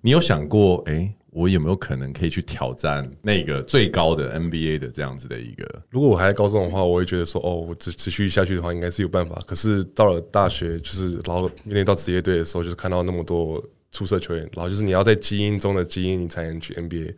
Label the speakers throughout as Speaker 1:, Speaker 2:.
Speaker 1: 你有想过，哎、我有没有可能可以去挑战那个最高的 NBA 的这样子的一个？
Speaker 2: 如果我还在高中的话，我会觉得说，哦，我持持续下去的话，应该是有办法。可是到了大学，
Speaker 1: 嗯
Speaker 2: 就是然后面临到职业队的时候，就是看到那么多出色球员，然后就是你要在基因中的基因，你才能去 NBA。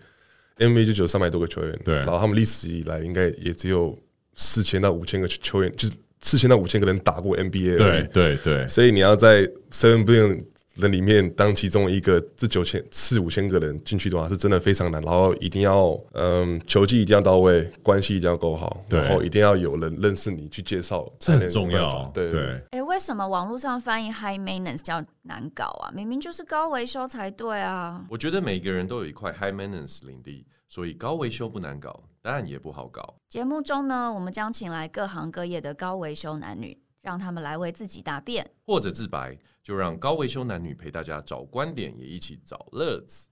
Speaker 2: NBA 就只有三百多个球员，
Speaker 1: 对
Speaker 2: 然后他们历史以来应该也只有四千到五千个球员，就是四千到五千个人打过 NBA 而已。
Speaker 1: 对对对，
Speaker 2: 所以你要在 seven billion 人里面当其中一个，这九千四五千个人进去的话，是真的非常难。然后一定要，嗯，球技一定要到位，关系一定要够好，
Speaker 1: 对
Speaker 2: 然后一定要有人认识你去介绍，
Speaker 1: 这
Speaker 2: 才
Speaker 1: 很
Speaker 2: 能
Speaker 1: 重
Speaker 2: 有办法
Speaker 1: 要。
Speaker 2: 对
Speaker 1: 对，
Speaker 3: 哎、为什么网络上翻译 high maintenance 叫难搞啊？明明就是高维修才对啊！
Speaker 4: 我觉得每个人都有一块 high maintenance 领地，所以高维修不难搞，当然也不好搞。
Speaker 3: 节目中呢，我们将请来各行各业的高维修男女，让他们来为自己答辩。
Speaker 4: 或者自白，就让高维修男女陪大家找观点，也一起找乐子。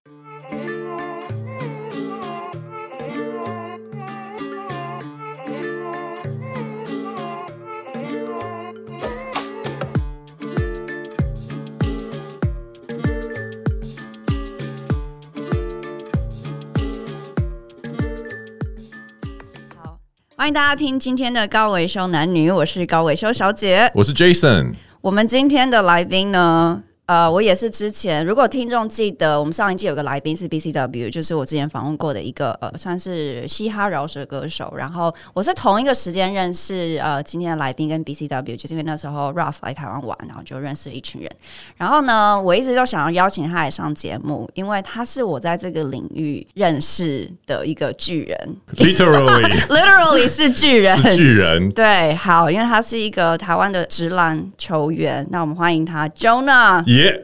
Speaker 3: 好，欢迎大家听今天的高维修男女，我是高维修小姐。
Speaker 1: 我是 Jason，
Speaker 3: 我们今天的来宾呢，呃，我也是之前，如果听众记得，我们上一季有个来宾是 BCW，就是我之前访问过的一个呃，算是嘻哈饶舌歌手。然后我是同一个时间认识呃今天的来宾跟 BCW，就是因为那时候 Russ 来台湾玩，然后就认识了一群人。然后呢，我一直都想要邀请他来上节目，因为他是我在这个领域认识的一个巨人
Speaker 1: literally
Speaker 3: ，literally 是巨 人，
Speaker 1: 是巨人。
Speaker 3: 对，好，因为他是一个台湾的直篮球员，那我们欢迎他 Jonah。
Speaker 1: 耶、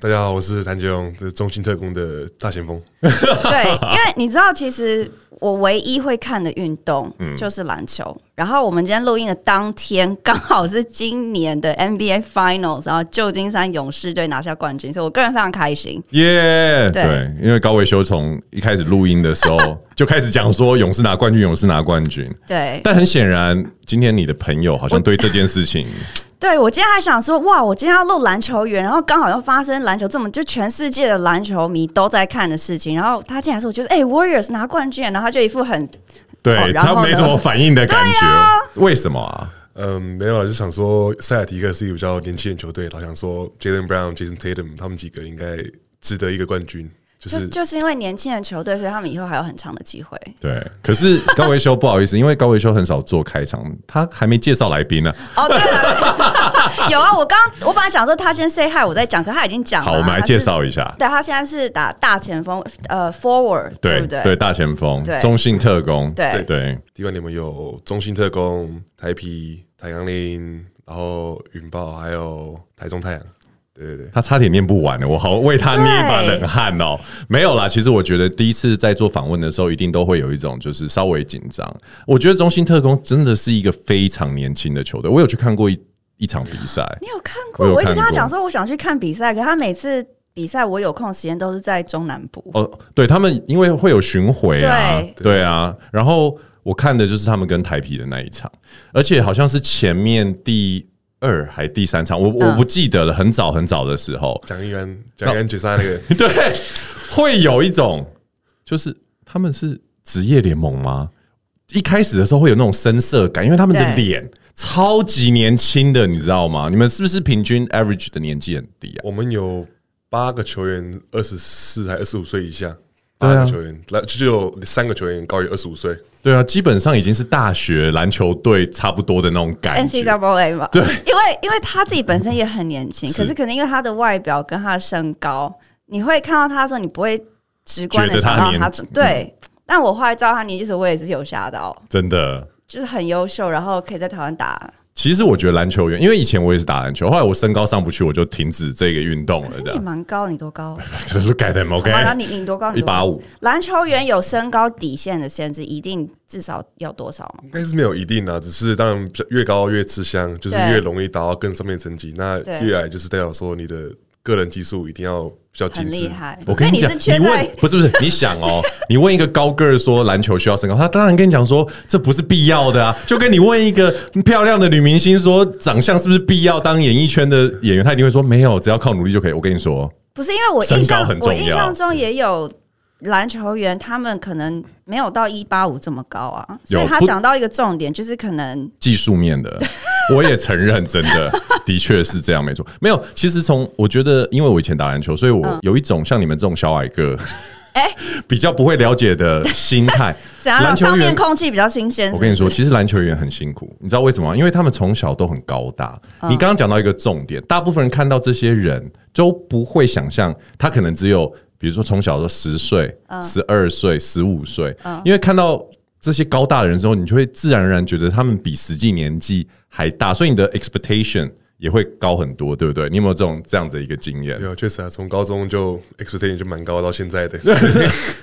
Speaker 2: 大家好，我是谭杰荣，这是中信特工的大前锋。
Speaker 3: 对，因为你知道，其实我唯一会看的运动
Speaker 1: 嗯
Speaker 3: 就是篮球。然后我们今天录音的当天，刚好是今年的 NBA Finals，然后旧金山勇士队拿下冠军，所以我个人非常开心。
Speaker 1: 耶、
Speaker 3: 对
Speaker 1: 对，因为高维修从一开始录音的时候就开始讲说勇士拿冠军，勇士拿冠军。
Speaker 3: 对，
Speaker 1: 但很显然，今天你的朋友好像对这件事 情，
Speaker 3: 对我今天还想说，哇，我今天要录篮球员，然后刚好又发生篮球这么就全世界的篮球迷都在看的事情，然后他竟然说，我觉得哎、w a r r i o r s 拿冠军，然后他就一副很
Speaker 1: 对、
Speaker 3: 哦然后
Speaker 1: 他
Speaker 3: 呢
Speaker 1: 没什么反应的感觉。为什么啊？
Speaker 2: 嗯，没有了，就想说塞尔提克是一个比较年轻的球队，然后想说 Jalen Brown、Jason Tatum 他们几个应该值得一个冠军，就
Speaker 3: 就是就是因为年轻人球队，所以他们以后还有很长 的机会。
Speaker 1: 对，可是高维修不好意思，因为高维修很少做开场，他还没介绍来宾 呢。
Speaker 3: 哦，对了， 有啊，我刚刚我本来想说他先 say hi，我再讲，可他已经讲了。
Speaker 1: 好，我们来
Speaker 3: 他是
Speaker 1: 介。绍一下。
Speaker 3: 对他现在是打大前锋，呃，forward，对
Speaker 1: 对
Speaker 3: 不对？
Speaker 1: 大前锋
Speaker 3: 对、
Speaker 1: 中信特工，
Speaker 3: 对
Speaker 1: 对，
Speaker 2: 地方你们有中信特工、台啤、台钢林，然后云豹，还有台中太阳。对对对，
Speaker 1: 他差点念不完了，我好为他捏一把冷汗哦。没有啦，其实我觉得第一次在做访问的时候，一定都会有一种就是稍微紧张。我觉得中信特工真的是一个非常年轻的球队，我有去看过一一场比赛，
Speaker 3: 你有看
Speaker 1: 我
Speaker 3: 过？
Speaker 1: 有
Speaker 3: 我一直
Speaker 1: 看
Speaker 3: 跟他讲
Speaker 1: 过
Speaker 3: 说我想去看比赛，可他每次比赛我有空时间都是在中南部。
Speaker 1: 哦，对他们因为会有巡回啊，
Speaker 3: 对
Speaker 1: 对啊，然后我看的就是他们跟台啤的那一场，而且好像是前面第二还第三场，我我
Speaker 3: 嗯
Speaker 1: 不记得了，很早很早的时候，
Speaker 2: 蒋一安，蒋一安决赛那个，
Speaker 1: 对，会有一种就是他们是职业联盟吗？一开始的时候会有那种深色感，因为他们的
Speaker 3: 对
Speaker 1: 脸超级年轻的，你知道吗？你们是不是平均 average 的年纪很低啊？
Speaker 2: 我们有八个球员二十四还二十五岁以下，八
Speaker 3: 啊
Speaker 2: 个球员，来就有三个球员高于二十五岁。
Speaker 1: 对啊，基本上已经是大学篮球队差不多的那种感
Speaker 3: N
Speaker 1: 觉
Speaker 3: C。W A 嘛，
Speaker 1: 对，
Speaker 3: 因为因为他自己本身也很年轻，可是可能因为他的外表跟他的身高，你会看到他的时候，你不会直观
Speaker 1: 觉
Speaker 3: 的
Speaker 1: 得他
Speaker 3: 想到
Speaker 1: 年
Speaker 3: 他
Speaker 1: 轻
Speaker 3: 对。但我后来知道他年纪时，我也是有吓到，
Speaker 1: 真的。
Speaker 3: 就是很优秀，然后可以在台湾打。
Speaker 1: 其实我觉得篮球员，因为以前我也是打篮球，后来我身高上不去，我就停止这个运动了。
Speaker 3: 可是
Speaker 1: 这
Speaker 3: 你
Speaker 1: 样，
Speaker 3: 蛮高，你多高？
Speaker 1: 就是改的 OK，
Speaker 3: 然后你你多高？你
Speaker 1: 哎一
Speaker 3: 多高
Speaker 1: 八。五。
Speaker 3: 篮球员有身高底线的限制，一定至少要多少吗？
Speaker 2: 应该是没有一定啊的，只是当然比较越高越吃香，就是
Speaker 3: 对
Speaker 2: 越容易达到更上面层级。那
Speaker 3: 对
Speaker 2: 越矮就是代表说你的个人技术一定要比较精
Speaker 3: 很
Speaker 2: 致
Speaker 3: 厉。害。
Speaker 1: 我
Speaker 3: 所
Speaker 1: 跟
Speaker 3: 以
Speaker 1: 你讲，
Speaker 3: 是缺
Speaker 1: 你问
Speaker 3: 在
Speaker 1: 不是不是？你想 哦，你问一个高个儿说篮球需要身高，他当然跟你讲说这不是必要的啊。就跟你问一个漂亮的女明星说长相是不是必要当演艺圈的演员，他一定会说没有，只要靠努力就可以。我跟你说，哦
Speaker 3: 不是因为我
Speaker 1: 身
Speaker 3: 印象
Speaker 1: 高很，重
Speaker 3: 我
Speaker 1: 要
Speaker 3: 印象中也有篮球员，他们可能没有到一八五这么高啊。
Speaker 1: 有
Speaker 3: 所以他
Speaker 1: 不
Speaker 3: 讲到一个重点，就是可能
Speaker 1: 技术面 的，我也承认，真的的确是这样，没错。没有，其实从我觉得，因为我以前打篮球，所以
Speaker 3: 嗯
Speaker 1: 我有一种像你们这种小矮个，
Speaker 3: 哎、
Speaker 1: 比较不会了解的心态。
Speaker 3: 怎样
Speaker 1: 篮
Speaker 3: 让
Speaker 1: 球
Speaker 3: 上面
Speaker 1: 员，
Speaker 3: 空气比较新鲜？
Speaker 1: 我跟你
Speaker 3: 是不
Speaker 1: 说，
Speaker 3: 是，
Speaker 1: 其实篮球员很辛苦，你知道为什么吗？因为他们从小都很高大。
Speaker 3: 嗯
Speaker 1: 你刚刚讲到一个重点，大部分人看到这些人都不会想象，他可能只有比如说从小都十岁、
Speaker 3: 嗯
Speaker 1: 十二岁、十五岁，因为看到。这些高大的人之后，你就会自然而然觉得他们比实际年纪还大，所以你的 expectation 也会高很多，对不对？你有没有这种这样的一个经验
Speaker 2: 对？啊，确实啊，从高中就 expectation 就蛮高，到现在的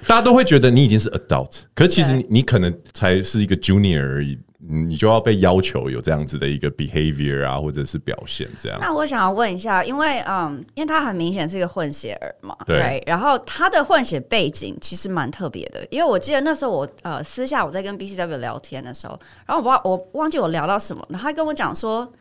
Speaker 1: 大家都会觉得你已经是 adult，可是其实你你可能才是一个 junior 而已，你就要被要求有这样子的一个 behavior 啊，或者是表现这样。
Speaker 3: 那我想要问一下，因为嗯，因为他很明显是一个混血儿嘛，
Speaker 1: 对
Speaker 3: right？然后他的混血背景其实蛮特别的，因为我记得那时候我呃私下我在跟 BCW 聊天的时候，然后我忘我忘记我聊到什么，然后他跟我讲说。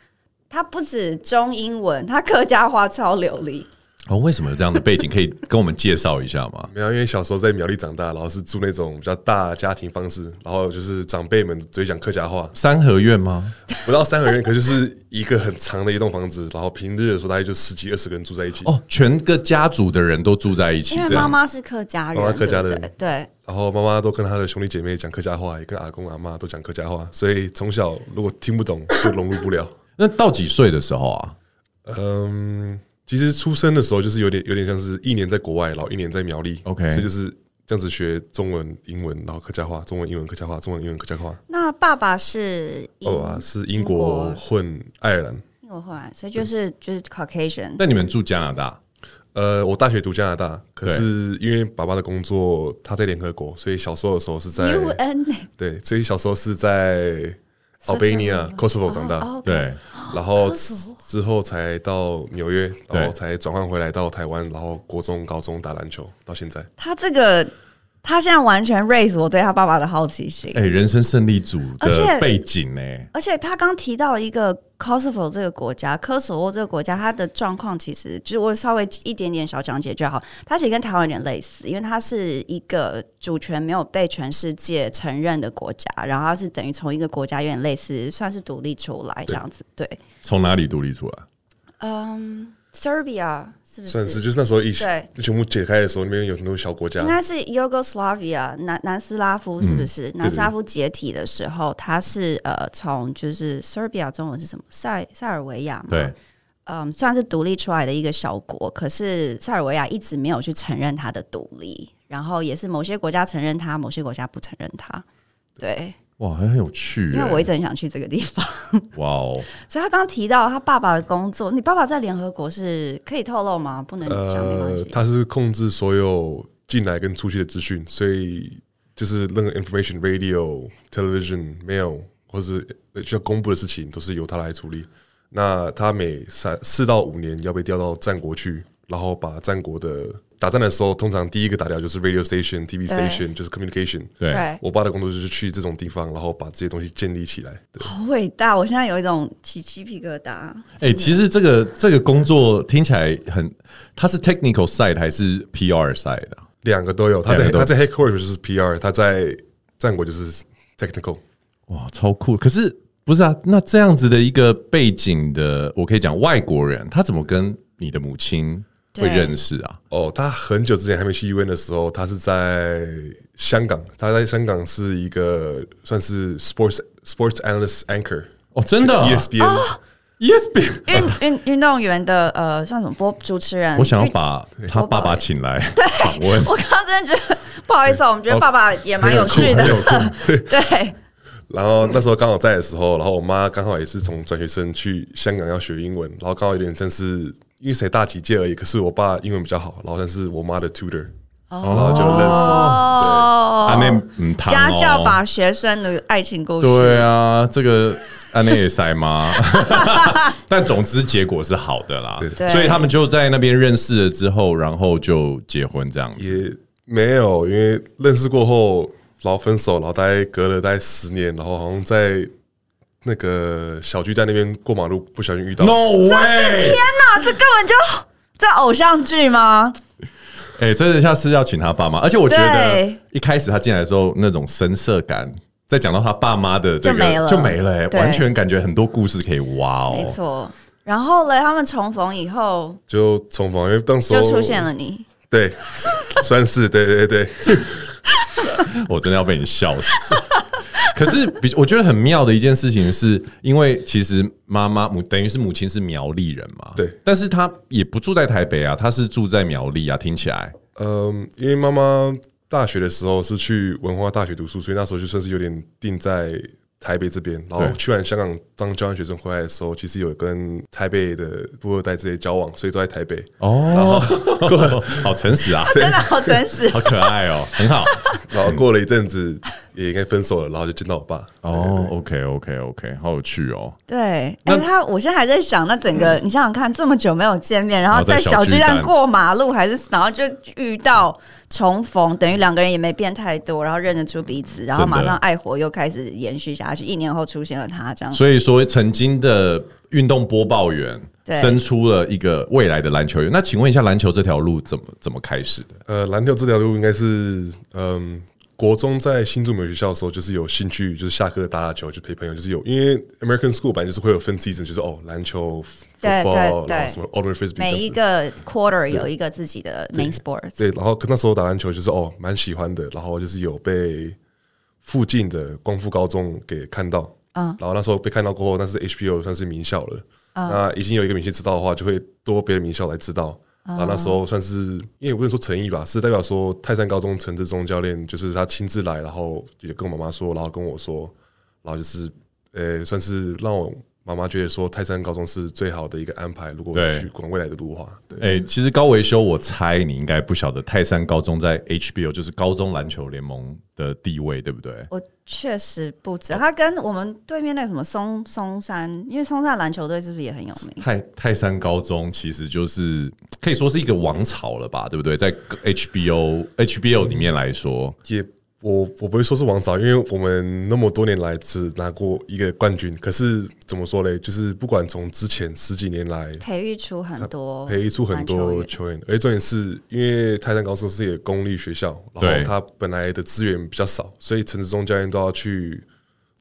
Speaker 3: 他不止中英文，他客家话超流利。
Speaker 1: 哦，为什么有这样的背景？可以跟我们介绍一下吗？
Speaker 2: 没有，因为小时候在苗栗长大，然后是住那种比较大的家庭方式，然后就是长辈们只会讲客家话，
Speaker 1: 三合院吗？
Speaker 2: 不到三合院，可就是一个很长的一栋房子，然后平日的时候大概就十几二十个人住在一起。
Speaker 1: 哦，全个家族的人都住在一起，
Speaker 3: 因为
Speaker 1: 这
Speaker 3: 妈
Speaker 1: 样
Speaker 3: 妈是客家人，
Speaker 2: 妈妈客家
Speaker 3: 对不
Speaker 2: 人
Speaker 3: 对对，
Speaker 2: 然后妈妈都跟她的兄弟姐妹讲客家话，也跟阿公阿妈都讲客家话，所以从小如果听不懂就融入不了。
Speaker 1: 那到几岁的时候啊？
Speaker 2: 嗯，其实出生的时候就是有点有点像是一年在国外，然后一年在苗栗。
Speaker 1: OK
Speaker 2: 所以就是这样子学中文、英文，然后客家话，中文、英文、客家话，中文、英文、客家话。
Speaker 3: 那爸爸是英
Speaker 2: 哦啊，是英
Speaker 3: 英
Speaker 2: 国
Speaker 3: 国
Speaker 2: 混爱尔兰。
Speaker 3: 英国后来，所以就是就是 Caucasian。
Speaker 1: 那你们住加拿大？
Speaker 2: 呃，我大学读加拿大，可是因为爸爸的工作他在联合国，所以小时候的时候是在
Speaker 3: UN
Speaker 2: 对，所以小时候是在 Albania、Kosovo 长大，
Speaker 3: 哦，OK
Speaker 1: 对，
Speaker 2: 然后之后才到纽约，然
Speaker 1: 对
Speaker 2: 后才转换回来到台湾，然后国中、高中打篮球到现在。
Speaker 3: 他这个，他现在完全 raise 我对他爸爸的好奇心。
Speaker 1: 哎、人生胜利组
Speaker 3: 而
Speaker 1: 的
Speaker 3: 且
Speaker 1: 背景呢、
Speaker 3: 而且他刚提到一个 Kosovo 这个国家，科索沃这个国家，它的状况其实就是我稍微一点点小讲解就好。它其实跟台湾有点类似，因为它是一个主权没有被全世界承认的国家，然后它是等于从一个国家有点类似，算是独立出来这样子。对，
Speaker 1: 从哪里独立出来？
Speaker 3: 嗯，Serbia 是不
Speaker 2: 算是就是那时候一
Speaker 3: 对
Speaker 2: 全部解开的时候，那边有很多小国家
Speaker 3: 应，该是 Yugoslavia 南南斯拉夫是不
Speaker 2: 嗯
Speaker 3: 是？南斯拉夫解体的时候，它是呃从就是 Serbia 中文是什么塞塞尔维亚嘛，
Speaker 1: 对，
Speaker 3: 嗯，算是独立出来的一个小国，可是塞尔维亚一直没有去承认它的独立，然后也是某些国家承认它，某些国家不承认它。对，
Speaker 1: 哇，很有趣、
Speaker 3: 哦因为
Speaker 1: 欸。
Speaker 3: 我一直很想去这个地方，
Speaker 1: 哇哦，
Speaker 3: 所以他刚刚提到他爸爸的工作，你爸爸在联合国是可以透露吗？不能讲，没关
Speaker 2: 呃，
Speaker 3: 系。
Speaker 2: 它是控制所有进来跟出去的资讯，所以就是任何 information、radio、television、mail 或是呃需要公布的事情，都是由他来处理。那他每三四到五年要被调到战国去，然后把战国的打仗的时候，通常第一个打掉就是 radio station、TV
Speaker 3: 对
Speaker 2: station，就是 communication。
Speaker 1: 对，
Speaker 3: 对，
Speaker 2: 我爸的工作就是去这种地方，然后把这些东西建立起来。对，
Speaker 3: 好伟大！我现在有一种起鸡皮疙瘩。
Speaker 1: 哎、其实这个这个工作听起来很，它是 technical side 还是 PR side 啊？
Speaker 2: 两个都有。他
Speaker 1: 两
Speaker 2: 在
Speaker 1: 个都有
Speaker 2: 他在 headquarters 就是 PR，他在战国就是 technical。
Speaker 1: 哇，超酷！可是不是啊？那这样子的一个背景的，我可以讲外国人，他怎么跟你的母亲会
Speaker 3: 对
Speaker 1: 认识啊？
Speaker 2: 哦，他很久之前还没去 UN 的时候，他是在香港，他在香港是一个算是 sports sports analyst anchor E
Speaker 1: 哦，真的、 啊、
Speaker 2: ESPN，、
Speaker 3: 哦
Speaker 1: ，ESB，
Speaker 3: 运运运动员的呃，算什么播主持人？
Speaker 1: 我想要
Speaker 3: 运
Speaker 1: 把哦他爸爸请来访 问。
Speaker 3: 我刚刚真的觉得不好意思哦，我们觉得爸爸也蛮有趣 的
Speaker 2: 很，有酷很有酷。
Speaker 3: 对，
Speaker 2: 然后那时候刚好在的时候，然后我妈刚好也是从转学生去香港要学英文，然后刚好有点像是因为才大几届而已，可是我爸英文比较好，然后但是我妈的 tutor，、然后就认识。
Speaker 1: 阿内
Speaker 3: 哦，
Speaker 1: 嗯，他
Speaker 3: 家教
Speaker 1: 吧。
Speaker 3: 把学生的爱情故事，
Speaker 1: 对啊，这个安内也塞 吗？但总之结果是好的啦，
Speaker 3: 对
Speaker 1: 所以他们就在那边认识了之后，然后就结婚这样子。
Speaker 2: 也没有，因为认识过后，然后分手，然后大概隔了大概十年，然后好像在那个小巨蛋那边过马路，不小心遇到。
Speaker 1: No way！
Speaker 3: 天哪，这根本就这偶像剧吗？
Speaker 1: 哎、真的下次要请他爸妈，而且我觉得
Speaker 3: 对
Speaker 1: 一开始他进来的时候那种深色感，再讲到他爸妈的这
Speaker 3: 就
Speaker 1: 个
Speaker 3: 没了
Speaker 1: 就没了、哎，
Speaker 3: 对
Speaker 1: 完全感觉很多故事可以挖哦。
Speaker 3: 没错。然后嘞，他们重逢以后
Speaker 2: 就重逢，因为当时
Speaker 3: 就出现了你，
Speaker 2: 对， 算是对对对，
Speaker 1: 我真的要被你笑死。可是比我觉得很妙的一件事情是，因为其实妈妈母等于是母亲是苗栗人嘛，
Speaker 2: 对
Speaker 1: 但是她也不住在台北啊，她是住在苗栗啊，听起来
Speaker 2: 嗯，因为妈妈大学的时候是去文化大学读书，所以那时候就算是有点定在台北这边。然后
Speaker 1: 对
Speaker 2: 去完香港当交换学生回来的时候，其实有跟台北的富二代之类交往，所以都在台北。
Speaker 1: 哦，好诚实啊，
Speaker 3: 真的好真实。
Speaker 1: 好可爱哦，很好
Speaker 2: 然后过了一阵子，也应该分手了，然后就见到我爸。
Speaker 1: 哦，OK OK OK，好有趣哦，
Speaker 3: 对，
Speaker 1: 那嗯
Speaker 3: 哎、他我现在还在想，那整个、你想想看，这么久没有见面，然后
Speaker 1: 然后在
Speaker 3: 在
Speaker 1: 小
Speaker 3: 小
Speaker 1: 巨
Speaker 3: 巨蛋
Speaker 1: 蛋
Speaker 3: 过马路，还是然后就遇到重逢，等于两个人也没变太多，然后认得出彼此，然后
Speaker 1: 真的
Speaker 3: 马上爱火又开始延续下去，一年后出现了他这样。
Speaker 1: 所以说曾经的运动播报员
Speaker 3: 对
Speaker 1: 生出了一个未来的篮球员，那请问一下，篮球这条路怎么怎么开始的？
Speaker 2: 呃，蓝调这条路应该是嗯。国中在新竹美学校的时候，就是有兴趣，就是下课打打球，就陪朋友，就是有，因为 American School 本来就是会有分 season，就是哦，篮球、
Speaker 3: 对
Speaker 2: football，
Speaker 3: 对
Speaker 2: 然后什么 Ultimate Frisbee，这样
Speaker 3: 每
Speaker 2: 子
Speaker 3: 一个 quarter 有一个自己的 main sports，
Speaker 2: 对，然后那时候打篮球就是哦，蛮喜欢的，然后就是有被附近的光复高中给看到，嗯，然后那时候被看到过后，那是 HBO 算是名校了，那已经有一个明星知道的话，就会多别的名校来知道。然后那时候算是，因为也不能说诚意吧，是代表说泰山高中陈志忠教练，就是他亲自来，然后也跟我妈妈说，然后跟我说，然后就是，呃，算是让我妈妈觉得说泰山高中是最好的一个安排，如果
Speaker 1: 对
Speaker 2: 去管未来的路的话，对。
Speaker 1: 哎、其实高维修，我猜你应该不晓得泰山高中在 HBO 就是高中篮球联盟的地位，对不对？
Speaker 3: 我确实不知道。他跟我们对面那个什么松松山，因为松山篮球队是不是也很有名？
Speaker 1: 泰泰山高中其实就是可以说是一个王朝了吧，对不对？在 HBO HBO 里面来说，
Speaker 2: 也我我不会说是王朝，因为我们那么多年来只拿过一个冠军。可是怎么说嘞？就是不管从之前十几年来
Speaker 3: 培育出很
Speaker 1: 呃
Speaker 3: 多
Speaker 2: 培育出很
Speaker 3: 篮球
Speaker 2: 多
Speaker 3: 员
Speaker 2: 球员，而且重点是因为泰山高中是一个公立学校，然
Speaker 1: 对
Speaker 2: 后他本来的资源比较少，所以陈志忠教练都要去
Speaker 1: 嗯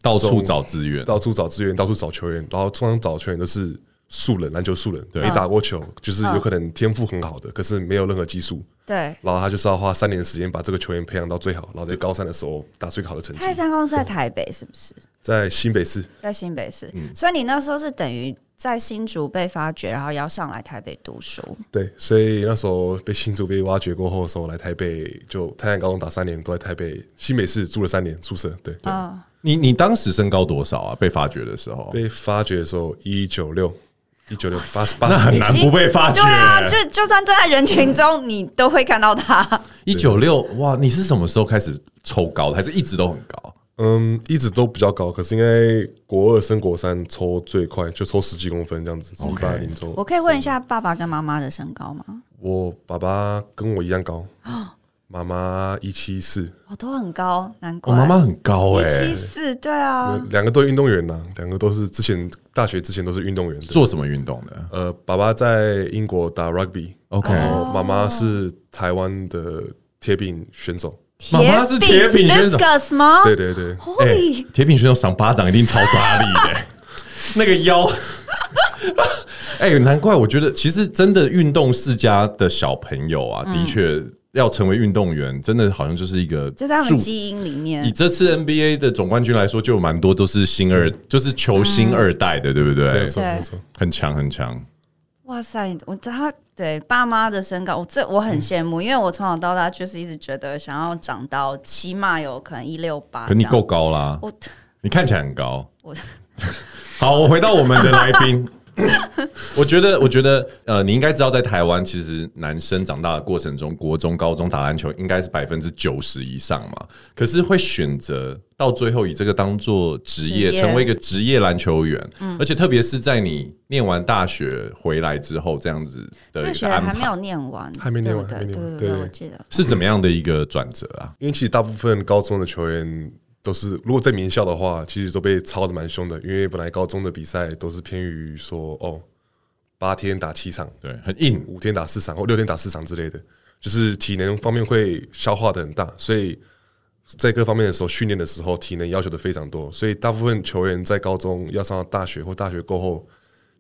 Speaker 1: 到处找资源，
Speaker 2: 到处找资源，到处找球员，然后通常找球员都是素人，篮球素人，没打过球，就是
Speaker 3: 嗯
Speaker 2: 有可能天赋很好的，可是没有任何技术。
Speaker 3: 对。
Speaker 2: 然后他就是要花三年时间把这个球员培养到最好，然后在高三的时候打最好的成绩
Speaker 3: 泰。山公司在台北是不是？
Speaker 2: 在新北市，
Speaker 3: 在新北市，
Speaker 1: 嗯
Speaker 3: 所以你那时候是等于在新竹被发掘，然后要上来台北读书。
Speaker 2: 对，所以那时候被新竹被挖掘过后的时候，来台北就泰山高中打三年，都在台北新北市住了三年宿舍。对，对
Speaker 3: 哦嗯
Speaker 1: 你你当时身高多少啊？被发掘的时候，
Speaker 2: 被发掘的时候一九六一九六八十八
Speaker 1: 那
Speaker 2: 十
Speaker 1: 很难不被发
Speaker 3: 对啊，
Speaker 1: 掘。
Speaker 3: 就就算站在人群中，你都会看到他。
Speaker 1: 一九六哇！你是什么时候开始抽高的？还是一直都很高？
Speaker 2: 嗯，一直都比较高，可是应该国二升国三抽最快，就抽十几公分这样子，从八零周。
Speaker 3: 我可以问一下爸爸跟妈妈的身高吗？
Speaker 2: 我爸爸跟我一样 高，妈妈一七四，
Speaker 3: 我哦都很高，难
Speaker 1: 我
Speaker 3: 怪。
Speaker 1: 妈妈很高哎、
Speaker 3: 一七四，对啊，
Speaker 2: 两个都是运动员呐、两个都是之前大学之前都是运动员。对
Speaker 1: 做什么运动的
Speaker 2: 呃，爸爸在英国打 rugby，
Speaker 1: ？OK，
Speaker 2: 然后妈妈是台湾的铁饼选手，
Speaker 1: 妈妈是铁饼选手
Speaker 3: d i s c 吗？
Speaker 2: 对对对，
Speaker 3: 哦
Speaker 1: 哎
Speaker 3: Holy，、
Speaker 1: 铁饼选手赏巴掌一定超大力的、 那个腰。 哎、难怪我觉得，其实真的运动世家的小朋友啊，的确要成为运动员，真的好像就是一个
Speaker 3: 就在他
Speaker 1: 注
Speaker 3: 们基因里
Speaker 1: 以
Speaker 3: 面。
Speaker 1: 这次 NBA 的总冠军来说，就有蛮多都是星二，就是球星二代的，对不嗯
Speaker 2: 没
Speaker 1: 对
Speaker 2: 有？错
Speaker 3: 对
Speaker 2: 没有错。
Speaker 1: 很强很强，
Speaker 3: 哇塞，我他对爸妈的身高，我这我很羡
Speaker 1: 嗯
Speaker 3: 慕，因为我从小到大就是一直觉得想要长到起码有可能一六八。
Speaker 1: 可你够高啦，
Speaker 3: 我
Speaker 1: 你看起来很高。
Speaker 3: 我
Speaker 1: 好，我回到我们的来 宾。我觉得，我觉得，呃，你应该知道，在台湾，其实男生长大的过程中，国中、高中打篮球应该是百分之九十以上嘛。可是会选择到最后以这个当做职业，
Speaker 3: 职业嗯
Speaker 1: 成为一个职业篮球员，而且特别是在你念完大学回来之后，这样子的
Speaker 3: 大
Speaker 1: 一
Speaker 3: 学
Speaker 1: 个安
Speaker 3: 还没
Speaker 1: 排
Speaker 3: 有念完，
Speaker 2: 还没念完
Speaker 3: 对
Speaker 2: 还
Speaker 3: 不
Speaker 2: 没
Speaker 3: 对
Speaker 2: 念完
Speaker 3: 对对
Speaker 2: 对
Speaker 3: 我记得。
Speaker 1: 是怎么样的一个转折啊？
Speaker 2: 因为其实大部分高中的球员都是，如果在名校的话，其实都被操的蛮凶的，因为本来高中的比赛都是偏于说哦，八天打七场，
Speaker 1: 对，很
Speaker 3: 哦
Speaker 1: 硬，
Speaker 2: 五天打四场或六天打四场之类的，就是体能方面会消化的很大，所以在各方面的时候训练的时候，体能要求的非常多，所以大部分球员在高中要上到大学或大学过后，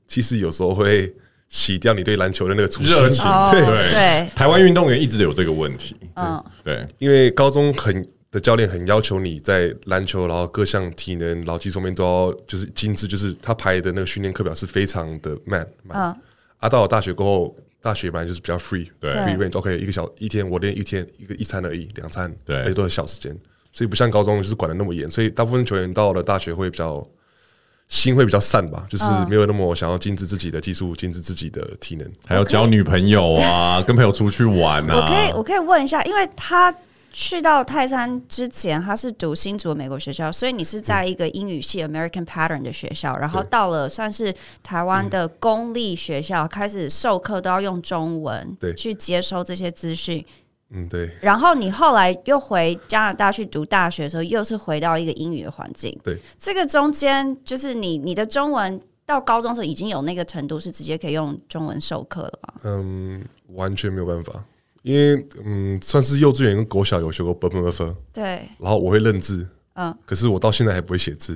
Speaker 2: 其实有时候会洗掉你对篮球的那个初心
Speaker 1: 热情
Speaker 3: 哦
Speaker 2: 对，
Speaker 3: 对
Speaker 1: 台湾运动员一直有这个问题，
Speaker 3: 嗯，
Speaker 1: 对，
Speaker 2: 因为高中很的教练很要求你在篮球，然后各项体能、劳技方面都要就是精致，就是他排的那个训练课表是非常的 man 满。啊，到了大学过后，大学本来就是比较 free，
Speaker 1: 对
Speaker 2: ，free range OK，一个小一天我练一天一个一餐而已，两餐，
Speaker 1: 对
Speaker 2: 而且都很小时间，所以不像高中就是管的那么严，所以大部分球员到了大学会比较。心会比较散吧，就是没有那么想要精致自己的技术，精致自己的体能。
Speaker 1: 还要交女朋友啊，跟朋友出去玩
Speaker 3: 我可
Speaker 1: 啊，
Speaker 3: 以我可以问一下，因为他去到泰山之前，他是读新竹的美国学校，所以你
Speaker 2: 嗯
Speaker 3: 是在一个英语系 American Pattern 的学校，然后到了算是台
Speaker 2: 嗯
Speaker 3: 湾的公立学校，开始授课都要用中文
Speaker 2: 对
Speaker 3: 去接收这些资讯。
Speaker 2: 嗯，对
Speaker 3: 然后你后来又回加拿大去读大学的时候，又是回到一个英语的环境。
Speaker 2: 对，
Speaker 3: 这个中间就是你你的中文到高中的时候已经有那个程度，是直接可以用中文授课了吗？
Speaker 2: 嗯，完全没有办法，因为嗯，算是幼稚园跟国小有学过 b u r p e r
Speaker 3: 对，
Speaker 2: 然后我会认字，
Speaker 3: 嗯
Speaker 2: 嗯，可是我到现在还不会写字，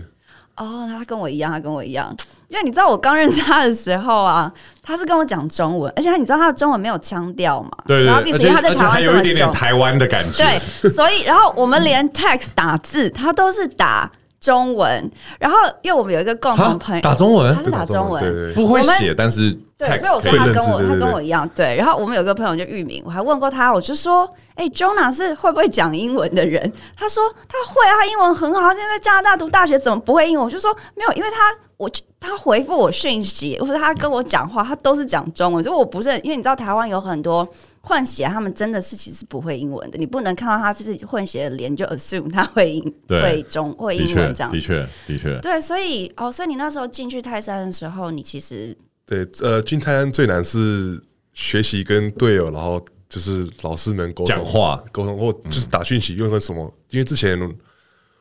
Speaker 3: 哦，那他跟我一样，他跟我一样，因为你知道我刚认识他的时候啊，他是跟我讲中文，而且他你知道他的中文没有腔调嘛，
Speaker 1: 对
Speaker 3: 然后毕
Speaker 1: 对，而且
Speaker 3: 竟他在
Speaker 1: 而且
Speaker 3: 台
Speaker 1: 还
Speaker 3: 湾
Speaker 1: 有一点
Speaker 3: 这
Speaker 1: 点
Speaker 3: 么久，
Speaker 1: 台湾的感觉，
Speaker 3: 对，所以然后我们连 text 打字，他都是打中文，然后因为我们有一个共同朋
Speaker 1: 啊，
Speaker 3: 友，
Speaker 1: 打中文
Speaker 3: 他是打中文，
Speaker 2: 对对对，
Speaker 1: 不会
Speaker 3: 我们
Speaker 1: 写，但是
Speaker 3: 对，所以
Speaker 1: text
Speaker 3: 我
Speaker 1: 可
Speaker 3: 说他
Speaker 1: 以
Speaker 2: 认
Speaker 3: 跟
Speaker 2: 知
Speaker 3: 我，
Speaker 2: 对
Speaker 3: 他
Speaker 2: 对
Speaker 3: 跟
Speaker 2: 对
Speaker 3: 我一样，对。然后我们有个朋友就玉明，我还问过他，我就说：“哎、j o n a 是会不会讲英文的人？”他说：“他会啊，他英文很好。他现在在加拿大读大学，怎么不会英文？”我就说：“没有，因为他我他回复我讯息，或者他跟我讲话，他都是讲中文，所以我不是很因为你知道台湾有很多。”混血他们真的是其实不会英文的，你不能看到他是混血的脸就 assume 他会英
Speaker 1: 对
Speaker 3: 会中会
Speaker 1: 的
Speaker 3: 英
Speaker 1: 确
Speaker 3: 文这样。
Speaker 1: 的确的确，
Speaker 3: 对，所以哦，所以你那时候进去泰山的时候，你其实
Speaker 2: 对，呃，进泰安最难是学习跟队友，然后就是老师们沟通
Speaker 1: 讲话嗯
Speaker 2: 沟通或就是打讯息，用个什么？因为之前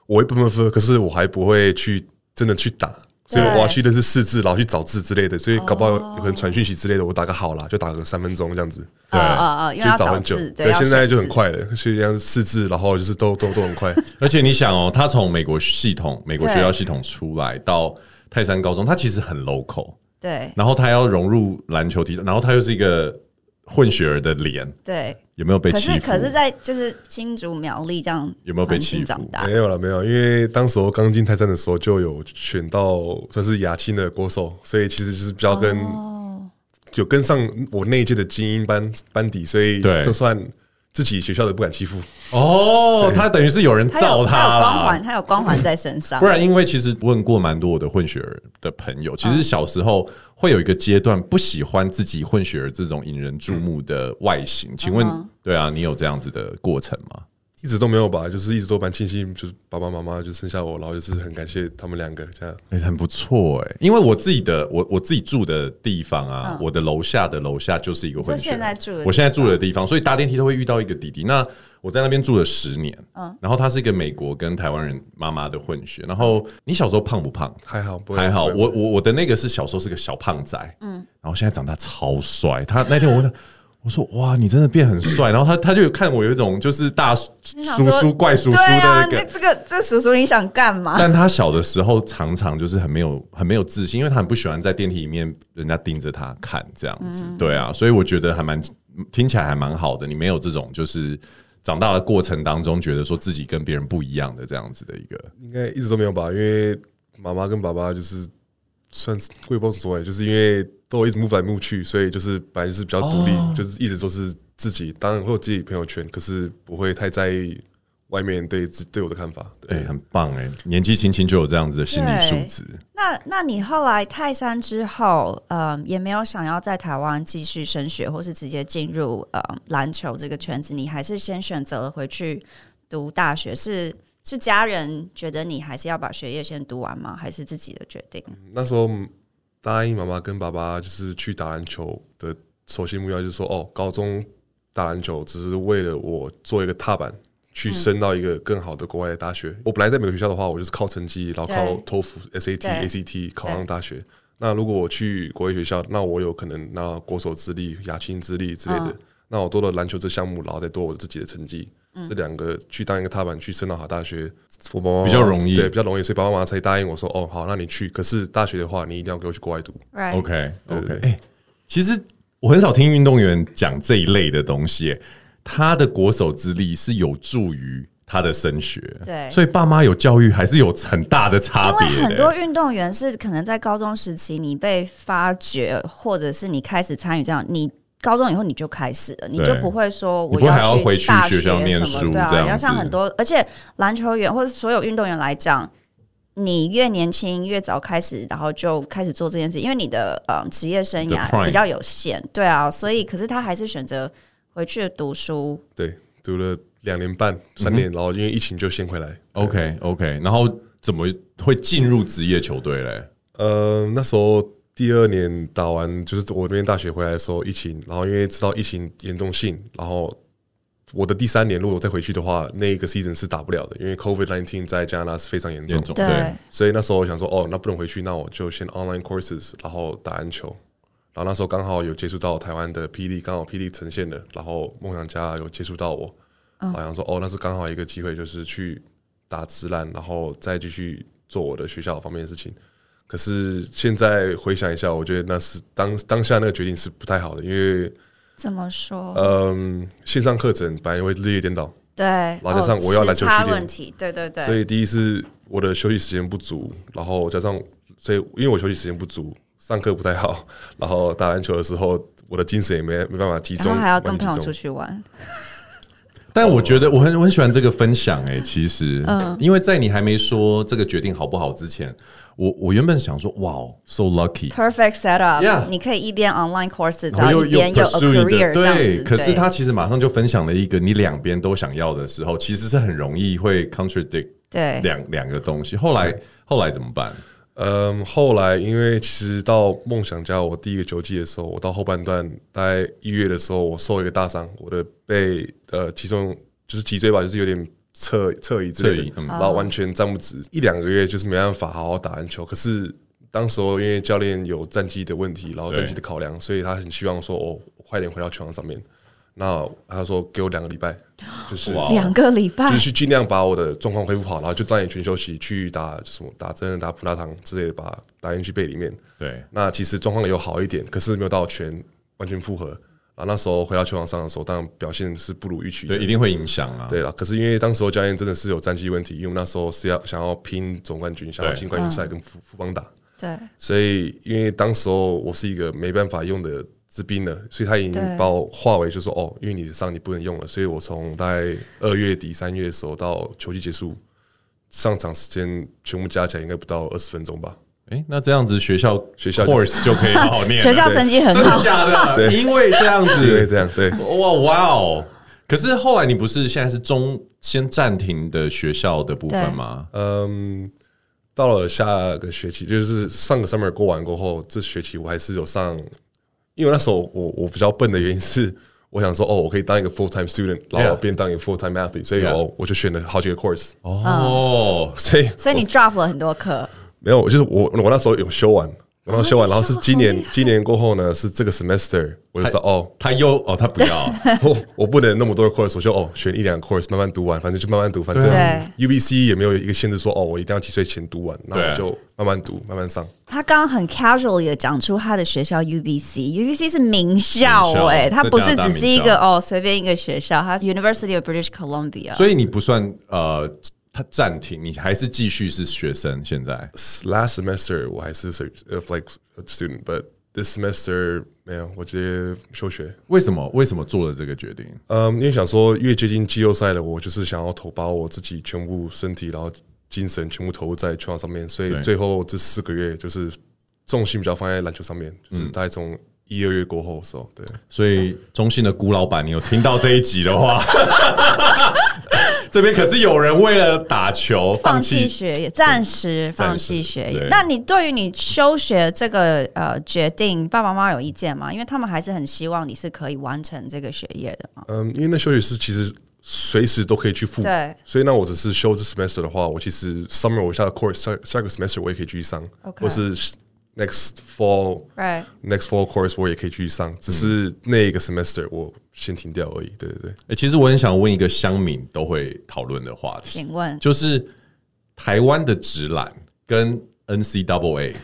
Speaker 2: 我会 b u r p e r 可是我还不会去真的去打。所以
Speaker 3: 对
Speaker 2: 我要去认识四字，然后去找字之类的，所以搞不好有可能传讯息之类的，我打个好啦，就打个三分钟这样子。
Speaker 3: 啊
Speaker 1: 对
Speaker 3: 啊啊，因为
Speaker 2: 就
Speaker 3: 要
Speaker 2: 找
Speaker 3: 找
Speaker 2: 很久
Speaker 3: 字，，对，
Speaker 2: 对，
Speaker 3: 要
Speaker 2: 现
Speaker 3: 选
Speaker 2: 在就很
Speaker 3: 字。
Speaker 2: 快了，所以这样四字，然后就是都都都很 快，
Speaker 1: 而且你想哦，他从美国系统、美国
Speaker 3: 对
Speaker 1: 学校系统出来到泰山高中，他其实很 local，
Speaker 3: 对
Speaker 1: 然后他要融入篮球体，然后他又是一个混血儿的脸，
Speaker 3: 对，
Speaker 1: 有没有被
Speaker 3: 可
Speaker 1: 欺
Speaker 3: 是
Speaker 1: 负？
Speaker 3: 可是，在就是新竹苗栗这样
Speaker 1: 有没有被
Speaker 3: 环境
Speaker 1: 欺负哎
Speaker 3: 长大
Speaker 2: 没？有了没有，因为当时候刚进泰山的时候就有选到算是亚青的国手，所以其实就是比较跟
Speaker 3: 哦
Speaker 2: 有跟上我那一届的精英班班底，所以
Speaker 1: 对
Speaker 2: 就算自己学校的不敢欺负，
Speaker 1: 哦，他等于是有人
Speaker 3: 他
Speaker 1: 罩
Speaker 3: 有他有光
Speaker 1: 啦
Speaker 3: 环，。他有光环在身 上
Speaker 1: 不。然，因为其实问过蛮多我的混血儿的朋
Speaker 3: 啊
Speaker 1: 友，其实小时候会有一个阶段不喜欢自己混血儿这种引人注目的外
Speaker 3: 嗯
Speaker 1: 形。请问，对啊，你有这样子的过程吗？
Speaker 2: 一直都没有吧，就是一直都蛮庆幸，就是爸爸妈妈就剩下我，然后就是很感谢他们两个这样。
Speaker 1: 哎、很不错哎、因为我自己的我我自己住的地方啊，我的楼下的楼下就是一个混
Speaker 3: 嗯你
Speaker 1: 血
Speaker 3: 说
Speaker 1: 儿，
Speaker 3: 现在住的地方
Speaker 1: 我现在住的地方，所以搭电梯都会遇到一个弟弟。那我在那边住了十年，嗯，然后他是一个美国跟台湾人妈妈的混血。然
Speaker 3: 嗯
Speaker 1: 后你小时候胖不胖？
Speaker 2: 还好，不会
Speaker 1: 还好，
Speaker 2: 不会
Speaker 1: 我我我的那个是小时候是个小胖仔，嗯，然后现在长大超帅。他那天我问他。我说哇，你真的变很帅，然后他他就有看我有一种就是大叔
Speaker 3: 想
Speaker 1: 叔
Speaker 3: 说
Speaker 1: 叔怪叔叔的
Speaker 3: 对啊
Speaker 1: 那，个
Speaker 3: 那这个这叔叔你想干嘛？
Speaker 1: 但他小的时候常常就是很没有很没有自信，因为他很不喜欢在电梯里面人家盯着他看这样
Speaker 3: 嗯
Speaker 1: 子。对啊，所以我觉得还蛮听起来还蛮好的。你没有这种就是长大的过程当中觉得说自己跟别人不一样的这样子的一个，
Speaker 2: 应该一直都没有吧，因为妈妈跟爸爸就是算是我也不知道怎么说欸就是因为都一直 move 来 move 去，所以就是本来就是比较独立，就是一直都是自己，当然会有自己朋友圈，可是不会太在意外面对自对我的看法。
Speaker 1: 哎、很棒哎、年纪轻轻就有这样子的心理素质。
Speaker 3: 那那你后来泰山之后，嗯，也没有想要在台湾继续升学，或是直接进入呃篮球这个圈子，你还是先选择了回去读大学？是是家人觉得你还是要把学业先读完吗？还是自己的决定？
Speaker 2: 那时候答应妈妈跟爸爸就是去打篮球的首先目标，就是说哦，高中打篮球只是为了我做一个踏板，去升到一个更好的国外的大学。我本来在美国学校的话，我就是靠成绩，然后靠
Speaker 3: 对
Speaker 2: 托福、SAT、
Speaker 3: 对
Speaker 2: ACT 考上大学。那如果我去国外学校，那我有可能拿国手资历、亚青资历之类的，那我多了篮球这项目，然后再多我自己的成绩，这两个去当一个踏板去升到好大学，我爸爸妈妈
Speaker 1: 比较容易
Speaker 2: 对，比较容易，所以爸爸妈妈才答应我说，哦，好，那你去，可是大学的话，你一定要给我去国外读。
Speaker 3: ，right？
Speaker 1: OK
Speaker 2: 对
Speaker 1: OK，
Speaker 2: 对
Speaker 1: 哎、其实我很少听运动员讲这一类的东西、哎他的国手之力是有助于他的升学，
Speaker 3: 对
Speaker 1: 所以爸妈有教育还是有很大的差
Speaker 3: 因
Speaker 1: 别、
Speaker 3: 为
Speaker 1: 的。
Speaker 3: 很多运动员是可能在高中时期你被发掘，或者是你开始参与这样，你高中以后你就开始了，你就不会说我
Speaker 1: 你不会还要
Speaker 3: 要
Speaker 1: 回去
Speaker 3: 大
Speaker 1: 学校
Speaker 3: 什么
Speaker 1: 念书
Speaker 3: 对啊
Speaker 1: 这样
Speaker 3: 要
Speaker 1: 子
Speaker 3: 像很多，而且篮球员或者所有运动员来讲。你越年轻越早开始，然后就开始做这件事，因为你的嗯职业生
Speaker 1: The
Speaker 3: 涯
Speaker 1: prime
Speaker 3: 比较有限，对啊，所以可是他还是选择回去读书，
Speaker 2: 对，读了两年半、三
Speaker 1: 嗯
Speaker 2: 年，然后因为疫情就先回来。
Speaker 1: OK OK，然后怎么会进入职业球队嘞？
Speaker 2: 呃，那时候第二年打完，就是我那边大学回来的时候，疫情，然后因为知道疫情严重性，然后我的第三年如果我再回去的话，那一个 season 是打不了的，因为 COVID nineteen 在加拿大是非常严重
Speaker 1: 严，重
Speaker 3: 对，
Speaker 2: 所以那时候我想说，哦，那不能回去，那我就先 online courses，然后打篮球。然后那时候刚好有接触到台湾的霹雳，刚好霹雳呈现的，然后梦想家有接触到我，然后想说哦，那是刚好一个机会，就是去打直篮，然后再继续做我的学校方面的事情。可是现在回想一下，我觉得那是当当下那个决定是不太好的，因为
Speaker 3: 怎么说？
Speaker 1: 呃
Speaker 2: 嗯，线上课程本来会日夜颠倒，
Speaker 3: 对，
Speaker 2: 然后加上我要
Speaker 3: 哦
Speaker 2: 篮球
Speaker 3: 时差
Speaker 2: 训练
Speaker 3: 问题，对对对，
Speaker 2: 所以第一是我的休息时间不足，然后加上所以因为我休息时间不足，上课不太好，然后打篮球的时候我的精神也没没办法集
Speaker 3: 然
Speaker 2: 中，
Speaker 3: 后还要跟
Speaker 2: 完全
Speaker 3: 朋友
Speaker 2: 集中
Speaker 3: 出去玩，
Speaker 1: 但我觉得我很我很喜欢这个分享哎、其实，
Speaker 3: 嗯
Speaker 1: 因为在你还没说这个决定好不好之前，我我原本想说，哇哦，so lucky，
Speaker 3: perfect setup。
Speaker 1: Yeah
Speaker 3: 你可以一边 online courses，
Speaker 1: 然
Speaker 3: 然
Speaker 1: 后
Speaker 3: 后一
Speaker 1: 又又
Speaker 3: 边有 a
Speaker 1: pursue 你的
Speaker 3: career 这样
Speaker 1: 对，
Speaker 3: 子。
Speaker 1: 可是
Speaker 3: 对
Speaker 1: 他其实马上就分享了一个你两边都想要的时候，其实是很容易会 contradict
Speaker 3: 对
Speaker 1: 两两个东西。后来后来怎么办？
Speaker 2: 嗯，后来因为其实到梦想家，我第一个球季的时候，我到后半段大概一月的时候，我受一个大伤，我的被呃其中就是脊椎吧，就是有点侧侧移之类
Speaker 1: 侧移
Speaker 2: 的，
Speaker 1: 嗯
Speaker 2: 然后完全站不直，一两个月就是没办法好好打篮球。可是当时候因为教练有战绩的问题，然后
Speaker 1: 对
Speaker 2: 战绩的考量，所以他很希望说哦，我快点回到球场上面。那他说给我两个礼拜，就是
Speaker 1: 哇
Speaker 5: 哦
Speaker 3: 两个礼拜
Speaker 5: 哎
Speaker 2: 就是去尽量把我的状况恢复好，然后就当你全休息，去打什么打针、打普拉糖之类的，把打进去背里面。
Speaker 1: 对，
Speaker 2: 那其实状况有好一点，可是没有到全完全复合。然后那时候回到球场上的时候，当然表现是不如预期的
Speaker 1: 对，一定会影响啊。
Speaker 2: 对了，可是因为当时候教练真的是有战绩问题，因为我们那时候是要想要拼总冠军，想要
Speaker 1: 对
Speaker 2: 进冠军赛跟富富邦打，
Speaker 3: 对
Speaker 2: 所以因为当时候我是一个没办法用的之兵了，所以他已
Speaker 3: 对
Speaker 2: 经把我化为就说哦，因为你的伤你不能用了，所以我从大概二月底三月的时候到球季结束，上场时间全部加起来应该不到二十分钟吧。
Speaker 1: 哎，那这样子学校
Speaker 2: 学校
Speaker 1: course 就可以好好念了，
Speaker 3: 学校
Speaker 1: 对
Speaker 3: 成绩很
Speaker 1: 真的
Speaker 3: 好
Speaker 1: 假 的？因为这样子，
Speaker 2: 因为这样对，
Speaker 1: 哇哇哦！可是后来你不是现在是中先暂停的学校的部分吗？
Speaker 2: 嗯，到了下个学期，就是上个 summer 过完过后，这学期我还是有上，因为那时候我我比较笨的原因是，我想说哦，我可以当一个 full time student，然后
Speaker 1: Yeah.
Speaker 2: 变当一个 full time athlete，所以
Speaker 1: Yeah.
Speaker 2: 我我就选了好几个 course，
Speaker 1: 哦，
Speaker 2: 所以
Speaker 3: 所以你 drop 了很多课，
Speaker 2: 没有，就是我我那时候有修完，然后修完，
Speaker 3: 哦你
Speaker 2: 然后是今
Speaker 3: 修好
Speaker 2: 年
Speaker 3: 厉害
Speaker 2: 今年过后呢，是这个 semester，我就知道哦，
Speaker 1: 他又哦，他不要，
Speaker 2: 我我不能那么多的 course，我就哦选一两个 course 慢慢读完，反正就慢慢读，反正
Speaker 1: 对
Speaker 3: 啊
Speaker 2: UBC 也没有一个限制说哦，我一定要几岁前读完，那
Speaker 1: 对
Speaker 2: 我就慢慢读慢慢上。
Speaker 3: 他刚刚很 casually 的讲出他的学校 UBC，UBC 是名校
Speaker 1: 名校
Speaker 3: 哎、他不
Speaker 1: 在
Speaker 3: 是
Speaker 1: 加拿大
Speaker 3: 只是一
Speaker 1: 名
Speaker 3: 个哦随便一个学校，他 University of British Columbia。
Speaker 1: 所以你不算呃，他暂停，你还是继续是学生。现在
Speaker 2: last semester 我还是 ser- of like a student，but this semester 没有，我直接休学。
Speaker 1: 为什么为什么做了这个决定？
Speaker 2: 嗯、因为想说越接近季后赛了，我就是想要投把我自己全部身体，然后精神全部投入在球场上面，所以
Speaker 1: 对
Speaker 2: 最后这四个月就是重心比较放在篮球上面，就是大概从一二月过后的时候，对，
Speaker 1: 所以中信的辜老板，你有听到这一集的话， 这边可是有人为了打球
Speaker 3: 放
Speaker 1: 放
Speaker 3: 弃
Speaker 1: 弃。
Speaker 3: 学业，暂时放
Speaker 1: 暂
Speaker 3: 弃
Speaker 1: 时
Speaker 3: 学
Speaker 1: 对
Speaker 3: 业。那你对于你休学这个呃决定，爸爸妈妈有意见吗？因为他们还是很希望你是可以完成这个学业的
Speaker 1: 呃
Speaker 3: 嘛。
Speaker 2: 嗯，因为那休息是其实随时都可以去复，
Speaker 3: 对
Speaker 2: 所以那我只是休这 semester 的话，我其实 summer 我下个 course 下下个 semester 我也可以继续上
Speaker 3: OK
Speaker 2: 或是 next fall
Speaker 3: right
Speaker 2: next fall course 我也可以继续上，只是那一个 semester 我先停掉而已。对对对，
Speaker 1: 欸其实我很想问一个乡民都会讨论的话题，
Speaker 3: 请问
Speaker 1: 就是台湾的直男跟 NCAA，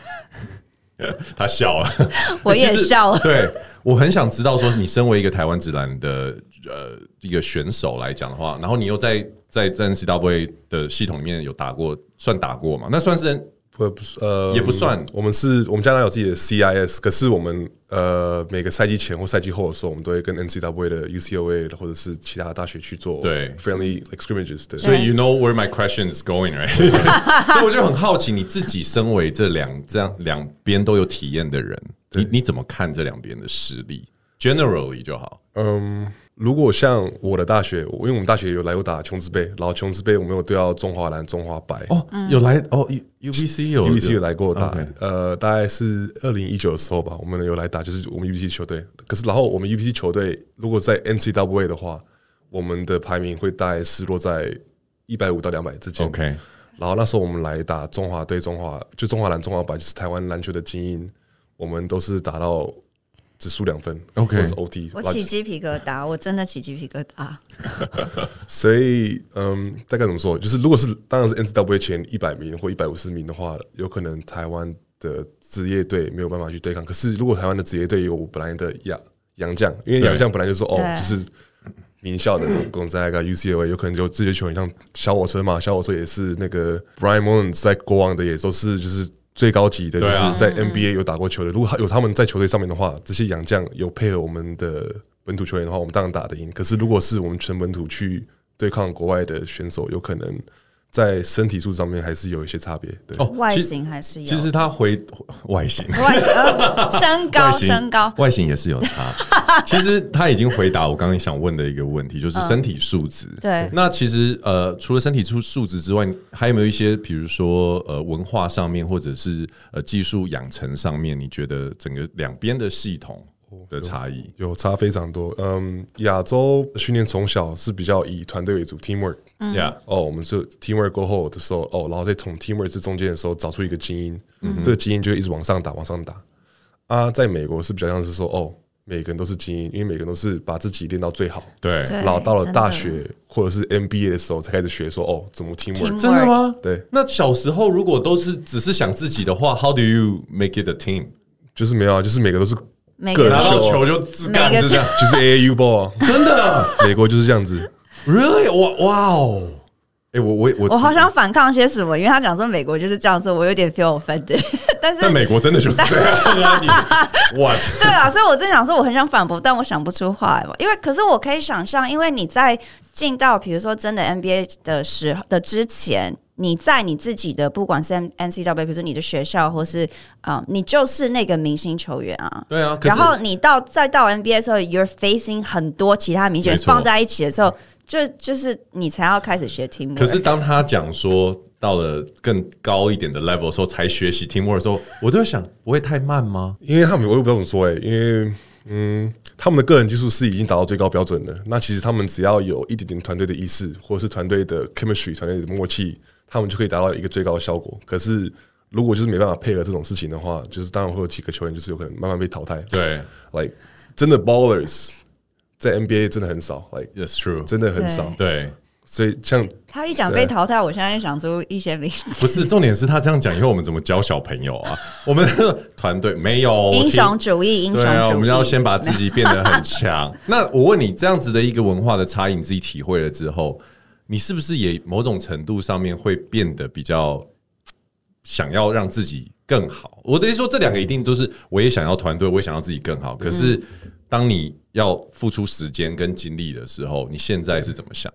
Speaker 1: 他笑了，
Speaker 3: 我也
Speaker 1: 欸其实
Speaker 3: 笑了
Speaker 1: 对我很想知道，说你身为一个台湾直男的呃一个选手来讲的话，然后你又在在在 NCAA 的系统里面有打过，算打过嘛？那算是
Speaker 2: 不不是呃
Speaker 1: 也不算
Speaker 2: 我们是我们加拿大有自己的 CIS，可是我们呃每个赛季前或赛季后的时候，我们都会跟 NCAA 的 UCLA 或者是其他大学去做
Speaker 1: 对
Speaker 2: friendly like scrimmages 对。
Speaker 1: 所以 you know where my question is going, right？所以 我就很好奇，你自己身为这两这样两边都有体验的人，你你怎么看这两边的实力？Generally 就好，
Speaker 2: 嗯，如果像我的大学，我因为我们大学有来有打琼斯杯，然后琼斯杯我们有对到中华蓝、中华白。
Speaker 1: 哦，有来哦，U UBC 有
Speaker 2: UBC 有来过打
Speaker 1: OK
Speaker 2: 呃，大概是二零一九的时候吧，我们有来打，就是我们 UBC 球队。可是然后我们 UBC 球队如果在 NCAA 的话，我们的排名会大概是落在一百五到两百之间。
Speaker 1: OK，
Speaker 2: 然后那时候我们来打中华对中华，就中华蓝、中华白，就是台湾篮球的精英，我们都是打到只输两分
Speaker 1: OK
Speaker 2: 或是 OT，
Speaker 3: 我
Speaker 2: 然后
Speaker 3: 起鸡皮疙瘩，我真的起鸡皮疙瘩。
Speaker 2: 所以，嗯，大概怎么说？就是如果是当然是 NCAA 前一百名或一百五十名的话，有可能台湾的职业队没有办法去对抗。可是如果台湾的职业队有我本来的洋洋将，因为
Speaker 1: 对
Speaker 2: 洋将本来就是哦，
Speaker 3: 对
Speaker 2: 就是名校的公仔个 UCLA，有可能就这些球员像小火车嘛，小火车也是那个 Brian Mullins 在国王的也都是就是。最高级的就
Speaker 1: 对啊
Speaker 2: 是在 NBA 有打过球的，如果他有他们在球队上面的话，这些洋将有配合我们的本土球员的话，我们当然打得赢。可是如果是我们全本土去对抗国外的选手，有可能在身体素质上面还是有一些差别。对，
Speaker 1: 哦，
Speaker 3: 外
Speaker 1: 其
Speaker 3: 形还是有，
Speaker 1: 其实他回外形。
Speaker 3: 外、呃、身高
Speaker 1: 外形
Speaker 3: 身高
Speaker 1: 外形也是有 差。其实他已经回答我刚刚想问的一个问题，就是身体素质。
Speaker 3: 对
Speaker 1: 那其实呃，除了身体素素质之外，还有没有一些，比如说呃，文化上面，或者是呃，技术养成上面，你觉得整个两边的系统的差异？
Speaker 2: 有差非常多。嗯，亚洲训练从小是比较以团队为主，teamwork。
Speaker 1: 呀，
Speaker 2: 哦，我们是 teamwork 过后的时候，哦，然后再从 teamwork 这中间的时候找出一个精英，这个精英就会一直往上打，往上打。啊，在美国是比较像是说，哦，每个人都是精英，因为每个人都是把自己练到最好。
Speaker 1: 对，
Speaker 3: 对
Speaker 2: 然后到了
Speaker 3: 真的
Speaker 2: 大学或者是 NBA 的时候，才开始学说哦，怎么 teamwork，
Speaker 3: teamwork
Speaker 1: 真的吗？
Speaker 2: 对
Speaker 1: 那小时候如果都是只是想自己的话，How do you make it a team？
Speaker 2: 就是没有啊，就是每个都是
Speaker 3: 每
Speaker 2: 个
Speaker 3: 个
Speaker 2: 人
Speaker 1: 拿
Speaker 2: 秀
Speaker 1: 到
Speaker 2: 啊
Speaker 1: 球就自干，
Speaker 3: 每个
Speaker 1: 就这样。
Speaker 2: 就是 AAU ball，啊
Speaker 1: 真的
Speaker 2: 美国就是这样子。
Speaker 1: ？Really？哇哇 哦！哎，我我我
Speaker 3: 我好想反抗些什么，因为他讲说美国就是这样子，我有点 feel offended。但 是
Speaker 1: 但美国真的就是这 样啊！你 what？
Speaker 3: 对啊，所以我真想说，我很想反驳，但我想不出话来嘛。因为可是我可以想象，因为你在进到比如说真的 NBA 的时候的之前，你在你自己的不管是 NCAA，比如说你的学校，或是啊、呃你就是那个明星球员啊。
Speaker 1: 对啊，可
Speaker 3: 然
Speaker 1: 是
Speaker 3: 后你到再到 NBA 的时候，you're facing 很多其他明星
Speaker 1: 没
Speaker 3: 人
Speaker 1: 错
Speaker 3: 放在一起的时候，就就是你才要开始学 team。
Speaker 1: 可是当他讲说到了更高一点的 level 的时候，才学习 teamwork 的时候，我都会想，不会太慢吗？
Speaker 2: 因为他们我也不知道怎么说哎、因为嗯，他们的个人技术是已经达到最高标准了。那其实他们只要有一点点团队的意识，或者是团队的 chemistry、团队的默契，他们就可以达到一个最高的效果。可是如果就是没办法配合这种事情的话，就是当然会有几个球员就是有可能慢慢被淘汰。
Speaker 1: 对
Speaker 2: ，like 真的 ballers 在 NBA 真的很少，like
Speaker 1: ，That's true。
Speaker 2: 真的很少。
Speaker 1: 对，
Speaker 2: 所以像
Speaker 3: 他一讲被淘汰，我现在就想出一些名字，
Speaker 1: 不是重点是他这样讲以后，我们怎么教小朋友啊？我们的团队没有我
Speaker 3: 英
Speaker 1: 听
Speaker 3: 雄主义，英雄
Speaker 1: 对
Speaker 3: 主义。
Speaker 1: 啊，我们要先把自己变得很强。那我问你，这样子的一个文化的差异，你自己体会了之后，你是不是也某种程度上面会变得比较想要让自己更好？我的意思说，这两个一定都是，我也想要团队，我也想要自己更好。可是，当你要付出时间跟精力的时候，你现在是怎么想？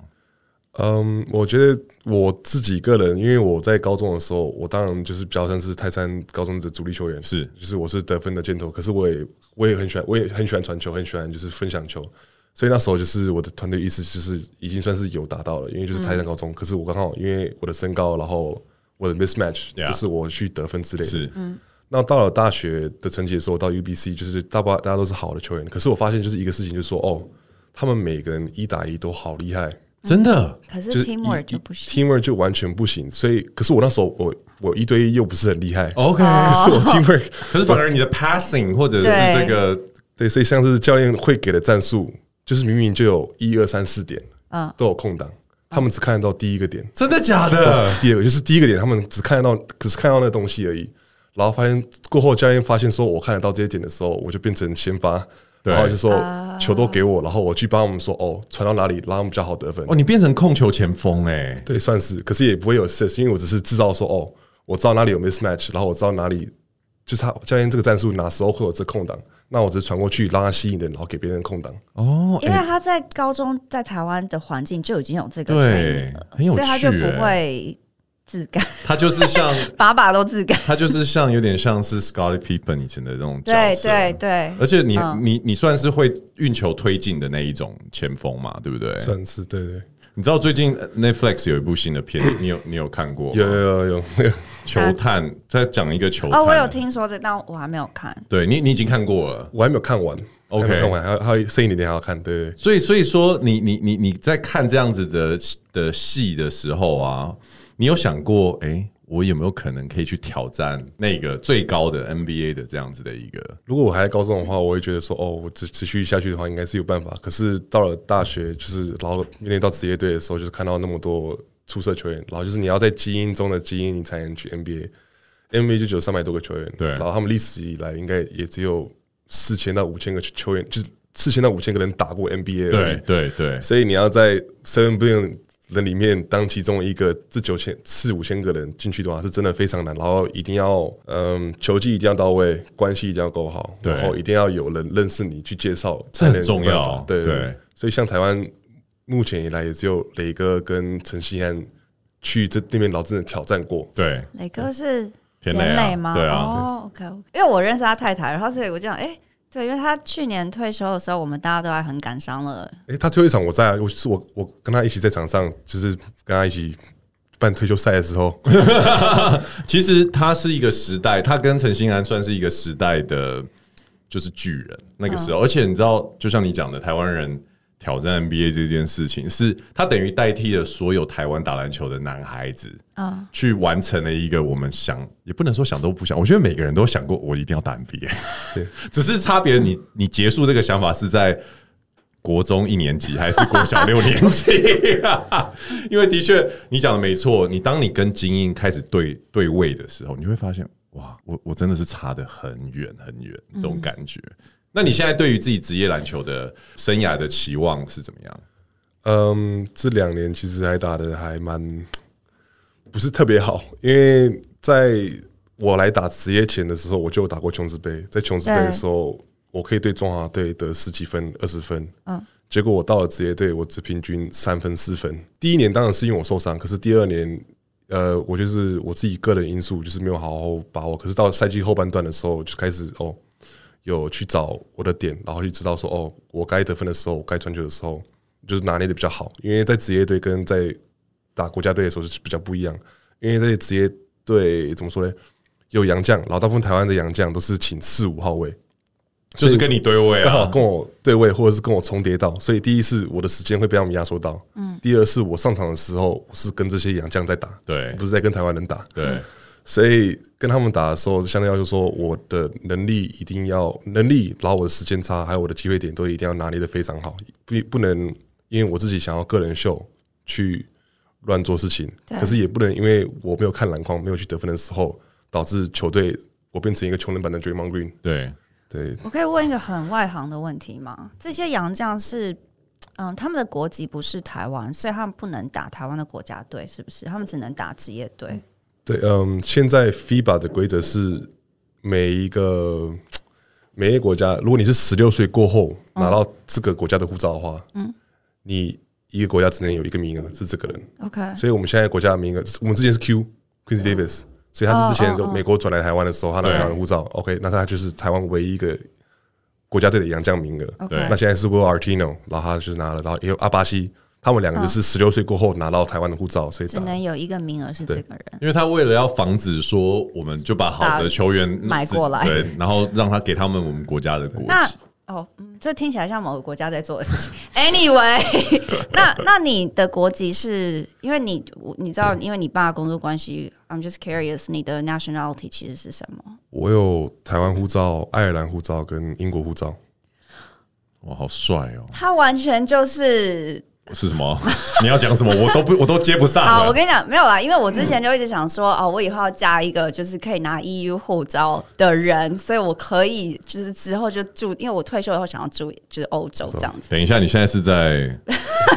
Speaker 2: 嗯，我觉得我自己个人，因为我在高中的时候，我当然就是比较像是泰山高中的主力球员，
Speaker 1: 是
Speaker 2: 就是我是得分的箭头，可是我也我也很喜欢，我也很喜欢传球，很喜欢就是分享球，所以那时候就是我的团队意识就是已经算是有达到了，因为就是泰山高中，
Speaker 1: 嗯
Speaker 2: 可是我刚好因为我的身高，然后我的 mismatch
Speaker 1: Yeah
Speaker 2: 就是我去得分之类的，
Speaker 1: 是
Speaker 2: 那到了大学的成绩的时候，到 UBC 就是大把大家都是好的球员，可是我发现就是一个事情，就是说哦，他们每个人一打一都好厉害，
Speaker 1: 真的
Speaker 3: 可是
Speaker 2: 就是
Speaker 3: teamwork 就不行。
Speaker 2: ，teamwork 就完全不行。所以，可是我那时候我我一对一又不是很厉害，
Speaker 1: OK。
Speaker 2: 可是我 teamwork
Speaker 1: 可是反而你的 passing 或者是
Speaker 3: 对
Speaker 1: 这个
Speaker 2: 哦对，所以像是教练会给的战术，就是明明就有一二三四点，
Speaker 3: 嗯
Speaker 2: 都有空档，他们只看得到第一个点，
Speaker 1: 真的假的？
Speaker 2: 第二个就是第一个点，他们只看得到，只是看到那个东西而已。然后发现过后，教练发现说我看得到这些点的时候，我就变成先发，
Speaker 1: 对
Speaker 2: 然后就说球都给我，然后我去帮我们说哦，传到哪里，让他们比较好得分。
Speaker 1: 哦，你变成控球前锋哎，
Speaker 2: 对，算是，可是也不会有 assist，因为我只是知道说哦，我知道哪里有 mismatch，然后我知道哪里就是他教练这个战术哪时候会有这空档，那我只是传过去让他吸引人，然后给别人空档。
Speaker 1: 哦，
Speaker 3: 因为他在高中在台湾的环境就已经有这个 training
Speaker 1: 对
Speaker 3: 了，，
Speaker 1: 很有
Speaker 3: 所
Speaker 1: 趣
Speaker 3: 以他就
Speaker 1: 欸，
Speaker 3: 不会自干，
Speaker 1: 他就是像
Speaker 3: 把把都自干。
Speaker 1: 他就是像有点像是 Scotty Pippen 以前的那种角
Speaker 3: 对
Speaker 1: 色，
Speaker 3: 对对，
Speaker 1: 而且你、
Speaker 3: 嗯
Speaker 1: 你你算是会运球推进的那一种前锋嘛，对不对？
Speaker 2: 算是对对，
Speaker 1: 你知道最近呃 Netflix 有一部新的片，你有你有看过吗？
Speaker 2: 有有有有 有，
Speaker 1: 球探在讲一个球探，
Speaker 3: 啊
Speaker 1: 啊
Speaker 3: 哦，我有，听说这，但我还没有看。
Speaker 1: 对你你已经看过了。
Speaker 2: 我还没有看完
Speaker 1: OK
Speaker 2: 还没有看完，还有还有剩一点点还要看，对对
Speaker 1: 所以，所以说你，你你你在看这样子的的戏的时候啊，你有想过，哎、我有没有可能可以去挑战那个最高的 NBA 的这样子的一个？
Speaker 2: 如果我还在高中的话，我会觉得说哦，我持持续下去的话，应该是有办法。可是到了大学，就是然后面临到职业队的时候，就是看到那么多出色球员，然后就是你要在基因中的基因，你才能去 NBA。NBA 就只有三百多个球员，
Speaker 1: 对
Speaker 2: 然后他们历史以来应该也只有四千到五千个球员，就是四千到五千个人打过 NBA 而
Speaker 1: 对
Speaker 2: 已。
Speaker 1: 对对，
Speaker 2: 所以你要在 seven billion 人里面当其中一个，这九千四五千个人进去的话，是真的非常难。然后一定要，嗯，球技一定要到位，关系一定要够好，
Speaker 1: 对
Speaker 2: 然后一定要有人认识你去介绍，
Speaker 1: 这很
Speaker 2: 才能
Speaker 1: 重要
Speaker 2: 有办法对
Speaker 1: 对
Speaker 2: 所以像台湾目前以来，也只有雷哥跟陈信安去这那边老真的挑战过。
Speaker 1: 对，
Speaker 3: 磊哥是
Speaker 1: 田磊啊
Speaker 3: 磊吗？
Speaker 1: 对啊
Speaker 3: 哦，OK OK，因为我认识他太太，然后所以我就想，哎、对，因为他去年退休的时候，我们大家都还很感伤了。
Speaker 2: 诶，他最后一场我在啊，我是我我跟他一起在场上，就是跟他一起办退休赛的时候，
Speaker 1: 其实他是一个时代，他跟陈欣安算是一个时代的，就是巨人那个时
Speaker 3: 嗯
Speaker 1: 候。而且你知道，就像你讲的，台湾人挑战 NBA 这件事情，是他等于代替了所有台湾打篮球的男孩子，
Speaker 3: 嗯，
Speaker 1: 去完成了一个我们想也不能说想都不想，我觉得每个人都想过我一定要打 NBA，
Speaker 2: 对
Speaker 1: 只是差别你你结束这个想法是在。国中一年级还是国小六年级、 因为的确你讲的没错，你当你跟精英开始对对位的时候，你会发现哇，我我真的是差得很远很远这种
Speaker 3: 嗯
Speaker 1: 感觉。那你现在对于自己职业篮球的生涯的期望是怎么样？
Speaker 2: 嗯，这两年其实还打的还蛮不是特别好，因为在我来打职业前的时候，我就有打过琼斯杯，在琼斯杯的时候，我可以对中华队得十几分、二十分，嗯，结果我到了职业队，我只平均三分、四分。第一年当然是因为我受伤，可是第二年。呃，我就是我自己个人因素，就是没有好好把握。可是到赛季后半段的时候，就开始哦，有去找我的点，然后去知道说，哦，我该得分的时候，我该传球的时候，就是拿捏的比较好。因为在职业队跟在打国家队的时候是比较不一样，因为在职业队怎么说呢？有洋将，然后大部分台湾的洋将都是请四五号位，
Speaker 1: 就是跟你对位
Speaker 2: 刚好
Speaker 1: 啊，
Speaker 2: 跟我对位或者是跟我重叠到，所以第一是我的时间会被他们压缩到，嗯，第二是我上场的时候我是跟这些洋将在打，
Speaker 1: 对
Speaker 2: 不是在跟台湾人打，
Speaker 1: 对
Speaker 2: 所以跟他们打的时候，相对要求说我的能力一定要能力，然后我的时间差还有我的机会点都一定要拿捏的非常好，不不能因为我自己想要个人秀去乱做事情，
Speaker 3: 对
Speaker 2: 可是也不能因为我没有看篮筐没有去得分的时候，导致球队我变成一个穷人版的 Draymond Green。
Speaker 1: 对，
Speaker 2: 对，
Speaker 3: 我可以问一个很外行的问题吗？这些洋将是，嗯，他们的国籍不是台湾，所以他们不能打台湾的国家队，是不是？他们只能打职业队。
Speaker 2: 对，嗯，现在 FIBA 的规则是每一个每一个国家，如果你是十六岁过后拿到这个国家的护照的话，嗯，你一个国家只能有一个名额是这个人，
Speaker 3: OK，
Speaker 2: 所以我们现在国家的名额，我们之前是 Q Quincy Davis，所以他是之前
Speaker 3: 哦
Speaker 2: 就美国转来台湾的时候，他拿
Speaker 1: 对
Speaker 2: 台湾护照，OK，那他就是台湾唯一一个国家队的洋将名额。
Speaker 1: 哦
Speaker 3: OK
Speaker 2: 那现在是 Will Artino，然后他就是拿了，然后也有阿巴西，他们两个就是十六岁过后拿到台湾的护照，所以
Speaker 3: 只
Speaker 2: 打
Speaker 3: 能有一个名额是这
Speaker 2: 对
Speaker 3: 个人。
Speaker 1: 因为他为了要防止说，我们就把好的球员
Speaker 3: 买过来
Speaker 1: 对，然后让他给他们我们国家的国
Speaker 3: 那
Speaker 1: 籍。
Speaker 3: 哦，嗯，这听起来像某个国家在做的事情。Anyway，那 那你的国籍是因为你我你知道，因为你爸工作关系，I'm just curious，你的 nationality 其实是什么？
Speaker 2: 我有台湾护照、爱尔兰护照跟英国护照，
Speaker 1: 哇，好帅哦！
Speaker 3: 他完全就是
Speaker 1: 是什么？ 你要讲什么？我都不，我都接不上
Speaker 3: 好，我
Speaker 1: 了。
Speaker 3: 跟你讲，没有啦，因为我之前就一直想说，哦，我以后要加一个就是可以拿 EU 护照的人，所以我可以就是之后就住，因为我退休以后想要住就是欧洲这样子。
Speaker 1: 等一下，你现在是 在？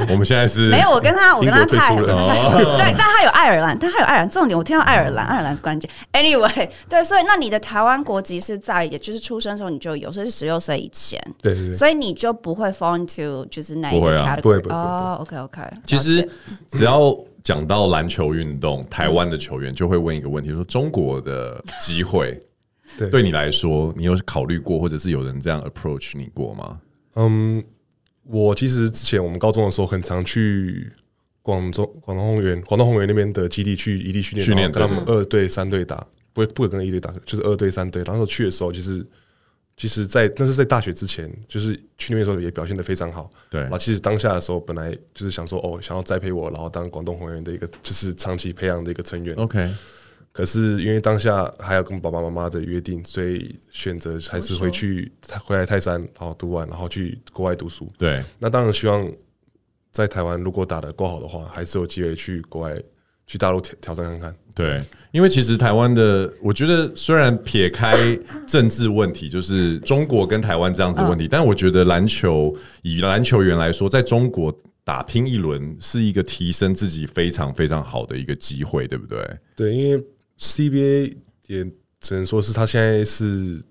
Speaker 1: 我们现在是
Speaker 3: 没有，我跟他，我跟他
Speaker 2: 英国退
Speaker 3: 太
Speaker 2: 出了
Speaker 1: 哦
Speaker 3: 对，但他有爱尔兰，但他有爱尔兰。重点我听到爱尔兰，爱尔兰是关键。Anyway，对， 所以那你的台湾国籍是在，也就是出生的时候你就有，所以是十六岁以前，
Speaker 2: 对对对，
Speaker 3: 所以你就不会 fall into 就是那一
Speaker 1: 不
Speaker 3: 个
Speaker 1: 会啊
Speaker 3: category。
Speaker 2: 不会不会不会
Speaker 3: 哦，OK OK。
Speaker 1: 其实只要讲到篮球运动，台湾的球员就会问一个问题：说中国的机会
Speaker 2: 对
Speaker 1: 对你来说，你有考虑过，或者是有人这样 approach 你过吗？
Speaker 2: 嗯，我其实之前我们高中的时候很常去广州广东宏源、广东宏源那边的基地去异地训练，
Speaker 1: 训练
Speaker 2: 然后跟他们二队、三队打，不会不会跟一队打，就是二队、三队。然后那时候去的时候，就是其实在，那是在大学之前，就是去那边的时候也表现的非常好。
Speaker 1: 对
Speaker 2: 然后其实当下的时候，本来就是想说，哦，想要栽培我，然后当广东宏源的一个就是长期培养的一个成员。
Speaker 1: ，OK，
Speaker 2: 可是因为当下还有跟爸爸妈妈的约定，所以选择还是回去回来泰山，然后读完，然后去国外读书。
Speaker 1: 对，
Speaker 2: 那当然希望在台湾如果打得够好的话，还是有机会去国外去大陆挑挑战看看。
Speaker 1: 对，因为其实台湾的，我觉得虽然撇开政治问题，就是中国跟台湾这样子的问题，但我觉得篮球以篮球员来说，在中国打拼一轮是一个提升自己非常非常好的一个机会，对不对？
Speaker 2: 对，因为 CBA 也只能说是他现在是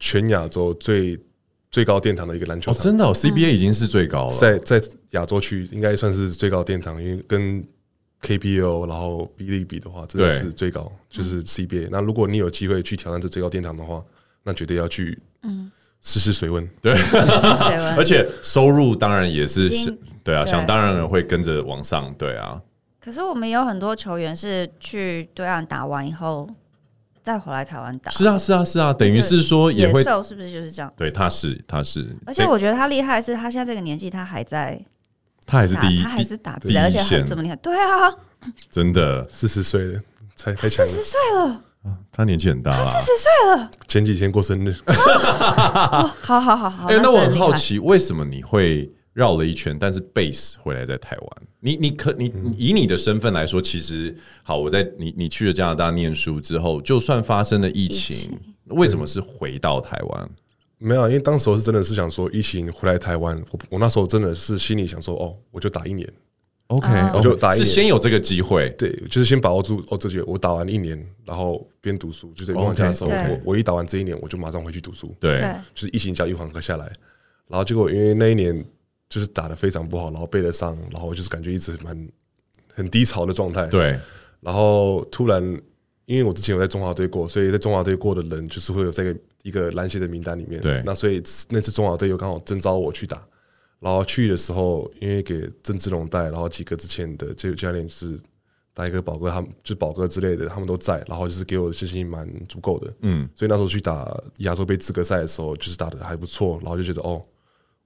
Speaker 2: 全亚洲最最高殿堂的一个篮球
Speaker 1: 哦，
Speaker 2: 场，
Speaker 1: 真的、哦、，CBA 已经是最高了，
Speaker 2: 在在亚洲区应该算是最高殿堂，因为跟 KPO 然后 B 利比的话，真的
Speaker 1: 对嗯
Speaker 2: 是最高，就是 CBA。那如果你有机会去挑战这最高殿堂的话，那绝对要去试试水温。
Speaker 3: 谁问
Speaker 1: 而且收入当然也是
Speaker 5: 应
Speaker 1: 嗯对啊，
Speaker 5: 对
Speaker 1: 想当然了会跟着往上，对啊，
Speaker 5: 可是我们有很多球员是去对岸打完以后，再回来台湾打。
Speaker 1: 是啊，是啊，是啊，等于是说也
Speaker 5: 野
Speaker 1: 会
Speaker 5: 兽是不是就是这样？
Speaker 1: 对，他是他是，
Speaker 5: 而且
Speaker 1: 对
Speaker 5: 我觉得他厉害的是，他现在这个年纪，他还在
Speaker 1: 他还是
Speaker 5: 打，
Speaker 1: 第一，
Speaker 5: 他还是打
Speaker 1: 第
Speaker 5: 字，而且
Speaker 1: 第一线
Speaker 5: 很这么厉害。对啊，
Speaker 1: 真的，
Speaker 2: 四十岁了，太太强了。
Speaker 1: 他年纪很大啊啦。
Speaker 2: 前几天过生日，
Speaker 5: 好好好好。
Speaker 1: 哎、那我
Speaker 5: 真的
Speaker 1: 很
Speaker 5: 厉
Speaker 1: 好
Speaker 5: 害，
Speaker 1: 奇，为什么你会绕了一圈，但是 base 回来在台湾？你你可你
Speaker 2: 嗯
Speaker 1: 你以你的身份来说，其实好，我在你你去了加拿大念书之后，就算发生了疫情，为什么是回到台湾？
Speaker 2: 没有啊，因为当时候是真的是想说疫情回来台湾，我我那时候真的是心里想说，哦，我就打一年，
Speaker 1: OK，
Speaker 2: 哦我就打一
Speaker 1: 是
Speaker 2: 年
Speaker 1: 先有这个机会，
Speaker 2: 对，就是先把握住哦自己，我打完一年，然后边读书，
Speaker 1: 哦
Speaker 2: 就是放假的时候，
Speaker 5: OK，
Speaker 2: 我我一打完这一年，我就马上回去读书，
Speaker 1: 对
Speaker 5: 对，
Speaker 2: 就是疫情假一缓和下来，然后结果因为那一年就是打得非常不好，然后背了伤，然后就是感觉一直蛮很低潮的状态，
Speaker 1: 对
Speaker 2: 然后突然，因为我之前有在中华队过，所以在中华队过的人就是会有这个一个篮协的名单里面。
Speaker 1: 对
Speaker 2: 那所以那次中华队又刚好征召我去打，然后去的时候，因为给郑志龙带，然后几个之前的这教练就是大一哥、宝哥他们，就是宝哥之类的，他们都在，然后就是给我的信心蛮足够的。嗯，所以那时候去打亚洲杯资格赛的时候，就是打的还不错，然后就觉得哦。